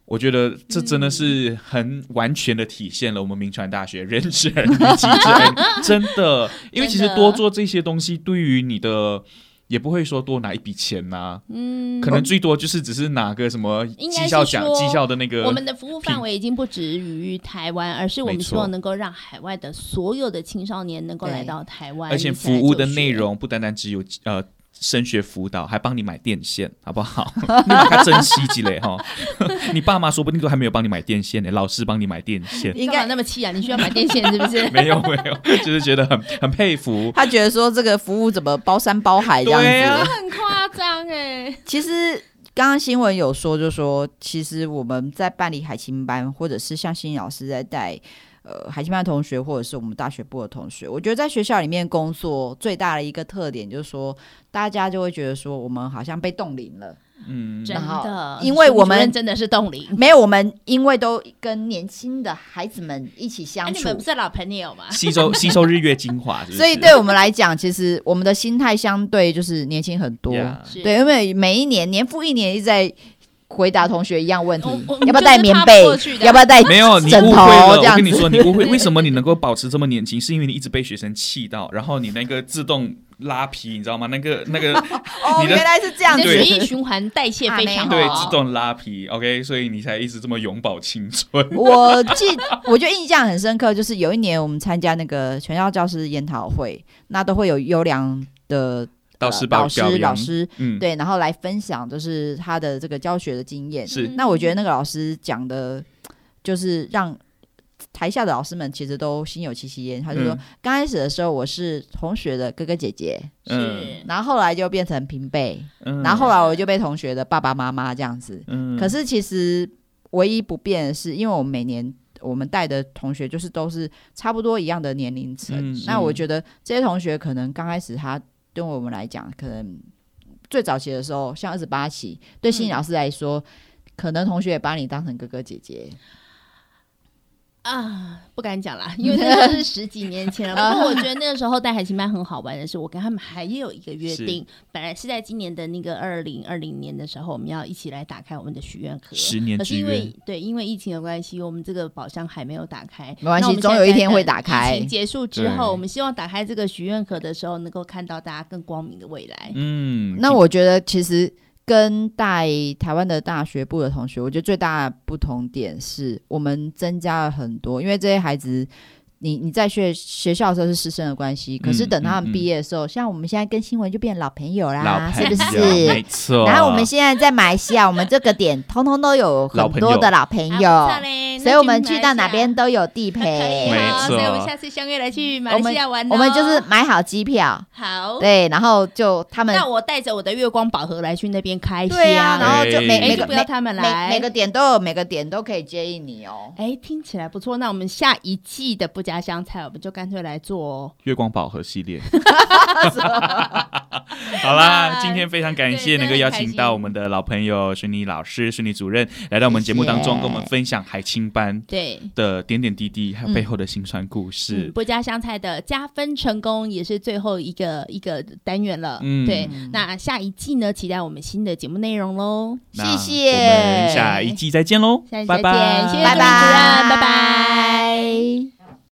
Speaker 2: 我觉得这真的是很完全的体现了我们民传大学人之恩，己之恩，真的。因为其实
Speaker 1: 真的
Speaker 2: 多做这些东西，对于你的也不会说多拿一笔钱呐、
Speaker 1: 嗯
Speaker 2: 可能最多就是只是拿个什么
Speaker 1: 应该
Speaker 2: 绩
Speaker 1: 是
Speaker 2: 效奖、
Speaker 1: 说
Speaker 2: 绩效的那个
Speaker 1: 我们的服务范围已经不止于台湾，而是我们希望能够让海外的所有的青少年能够来到台湾，
Speaker 2: 而且
Speaker 1: 一起来
Speaker 2: 服务
Speaker 1: 就
Speaker 2: 的
Speaker 1: 学
Speaker 2: 内。容不单单只有呃升学辅导，还帮你买电线，好不好？ 你把它珍惜起来哈。 你爸妈说不定都还没有帮你买电线呢，老师帮你买 电线，？
Speaker 3: 应
Speaker 1: 干嘛
Speaker 3: 该
Speaker 1: 那么气啊？你需要买电线是不 是
Speaker 2: 没有没有，就是觉得很很佩服。
Speaker 3: 他觉得说这个服务怎么包山包海这样子。
Speaker 2: 对啊
Speaker 1: 很夸张哎，
Speaker 3: 其实刚刚新闻有说，就说其实我们在办理海青班，或者是像新老师在带呃海青班的同学，或者是我们大学部的同学，我觉得在学校里面工作最大的一个特点就是说，大家就会觉得说我们好像被冻龄 了。
Speaker 2: 嗯，
Speaker 1: 真
Speaker 3: 然后
Speaker 1: 的，
Speaker 3: 因为我们
Speaker 1: 淑女主任真的是冻龄。
Speaker 3: 没有，我们因为都跟年轻的孩子们一起
Speaker 1: 哎，
Speaker 3: 相
Speaker 1: 你
Speaker 3: 处，
Speaker 1: 们不是老朋友吗？
Speaker 2: 吸收吸收日月精华，是不是
Speaker 3: 所以对我们来讲，其实我们的心态相对就是年轻很多。
Speaker 2: Yeah
Speaker 1: 是
Speaker 3: 对，，因为每一年年复一年一直在回答同学一样问题
Speaker 1: 我我，
Speaker 3: 要不要带棉被
Speaker 1: 我们就是踏不过去，的
Speaker 3: 要不要带
Speaker 2: 没有，你
Speaker 3: 哎枕
Speaker 2: 误
Speaker 3: 头哦
Speaker 2: 会了。
Speaker 3: 这
Speaker 2: 我
Speaker 3: 样
Speaker 2: 跟你
Speaker 3: 子
Speaker 2: 说，你误会。为 什么你能够保持这么年轻？是因为你一直被学生气到，然后你那个自动拉皮，你知道吗？那个那个
Speaker 3: 哦，
Speaker 2: 你的
Speaker 3: 原来是这样
Speaker 1: 你
Speaker 3: 子，
Speaker 1: 的血 液循环代谢非常好，
Speaker 2: 对自动拉皮，OK，所以你才一直这么永葆青
Speaker 3: 啊
Speaker 2: 春。
Speaker 3: 我记，我就印象很深刻，就是有一年我们参加那个全校教师研讨会，那都会有优良的
Speaker 2: 导
Speaker 3: 呃
Speaker 2: 师表
Speaker 3: 老
Speaker 2: 表
Speaker 3: 师
Speaker 2: 扬
Speaker 3: 老师
Speaker 2: 嗯，
Speaker 3: 对，然后来分享就是他的这个教学的经验。
Speaker 2: 是
Speaker 1: 嗯
Speaker 3: 那我觉得那个老师讲的，就是让台下的老师们其实都心有戚戚焉。他就说，
Speaker 2: 嗯
Speaker 3: 刚开始的时候我是同学的哥哥姐姐，
Speaker 1: 是
Speaker 3: 然后后来就变成平辈，
Speaker 2: 嗯
Speaker 3: 然后后来我就被同学的爸爸妈妈这样子。
Speaker 2: 嗯
Speaker 3: 可是其实唯一不变的是，因为我们每年我们带的同学就是都是差不多一样的年龄层，
Speaker 2: 嗯
Speaker 3: 那
Speaker 2: 嗯
Speaker 3: 我觉得这些同学可能刚开始他对我们来讲，可能最早期的时候，像二十八期，对心理
Speaker 1: 嗯
Speaker 3: 老师来说。可能同学也把你当成哥哥姐姐，
Speaker 1: 啊，不敢讲啦，因为那都是十几年前了。不过我觉得那个时候带海青班很好玩的是，我跟他们还有一个约
Speaker 2: 是
Speaker 1: 定，本来是在今年的那个二零二零年的时候，我们要一起来打开我们的许愿盒。
Speaker 2: 十年
Speaker 1: 可
Speaker 2: 之
Speaker 1: 是因
Speaker 2: 约
Speaker 1: 为，对，因为疫情的关系，我们这个宝箱还没有打开。
Speaker 3: 没关
Speaker 1: 那我
Speaker 3: 系，
Speaker 1: 们
Speaker 3: 总
Speaker 1: 现
Speaker 3: 有一
Speaker 1: 在
Speaker 3: 天会
Speaker 1: 等
Speaker 3: 打
Speaker 1: 疫
Speaker 3: 开
Speaker 1: 情。结束之
Speaker 2: 对
Speaker 1: 后，我们希望打开这个许愿盒的时候，能够看到大家更光明的未来。
Speaker 2: 嗯
Speaker 3: 那我觉得其实跟带台湾的大学部的同学，我觉得最大的不同点是我们增加了很多，因为这些孩子。你你在学学校的时候是师生的关系，可是
Speaker 2: 嗯
Speaker 3: 等他
Speaker 2: 嗯
Speaker 3: 们
Speaker 2: 嗯
Speaker 3: 毕业的时候，像我们现在跟新闻就变老朋友啦，
Speaker 2: 老朋
Speaker 3: 啊是
Speaker 2: 友，
Speaker 3: 不
Speaker 2: 没
Speaker 3: 是？
Speaker 2: 错。
Speaker 3: 然后我们现在在马来西亚，我们这个点通通都有很多的老
Speaker 2: 嗯
Speaker 1: 啊
Speaker 3: 朋友，所以我们去到哪边都有地陪。
Speaker 2: 没
Speaker 1: 好，所以我们
Speaker 2: 错
Speaker 1: 下次相约来去马来西亚玩哦、
Speaker 3: 我们就是买好机票，
Speaker 1: 好，
Speaker 3: 对，然后就他们
Speaker 1: 那我带着我的月光宝盒来去那边开箱，
Speaker 3: 对呀、然后就每
Speaker 2: 哎
Speaker 1: 哎
Speaker 3: 每
Speaker 1: 就
Speaker 3: 个
Speaker 1: 不要
Speaker 3: 每
Speaker 1: 他们来
Speaker 3: 每每个点都有，每个点都可以接应你哦。
Speaker 1: 哎，听起来不错。那我们下一季的不加香菜，我们就干脆来做哦。
Speaker 2: 月光宝盒系 列。 好啦，
Speaker 1: 哇
Speaker 2: 今天非常感谢
Speaker 1: 对
Speaker 2: 能够
Speaker 1: 真的
Speaker 2: 邀
Speaker 1: 很开
Speaker 2: 请
Speaker 1: 心
Speaker 2: 到我们的老朋友孙妮老师、孙妮主任来到我们节目当中，
Speaker 3: 谢谢
Speaker 2: 跟我们分享海青班
Speaker 1: 对，
Speaker 2: 的点点滴滴，还有背后的辛酸故事
Speaker 1: 嗯。不加香菜的加分成功也是最后一个一个单元了。
Speaker 2: 嗯
Speaker 1: 对，那下一季呢，期待我们新的节目内容喽。
Speaker 2: 那
Speaker 3: 嗯谢谢
Speaker 2: 我们下一季再见喽
Speaker 1: 下一，季再
Speaker 2: 拜
Speaker 1: 见，
Speaker 2: 拜，
Speaker 1: 谢谢
Speaker 3: 拜
Speaker 1: 主持
Speaker 3: 拜，
Speaker 1: 人拜拜。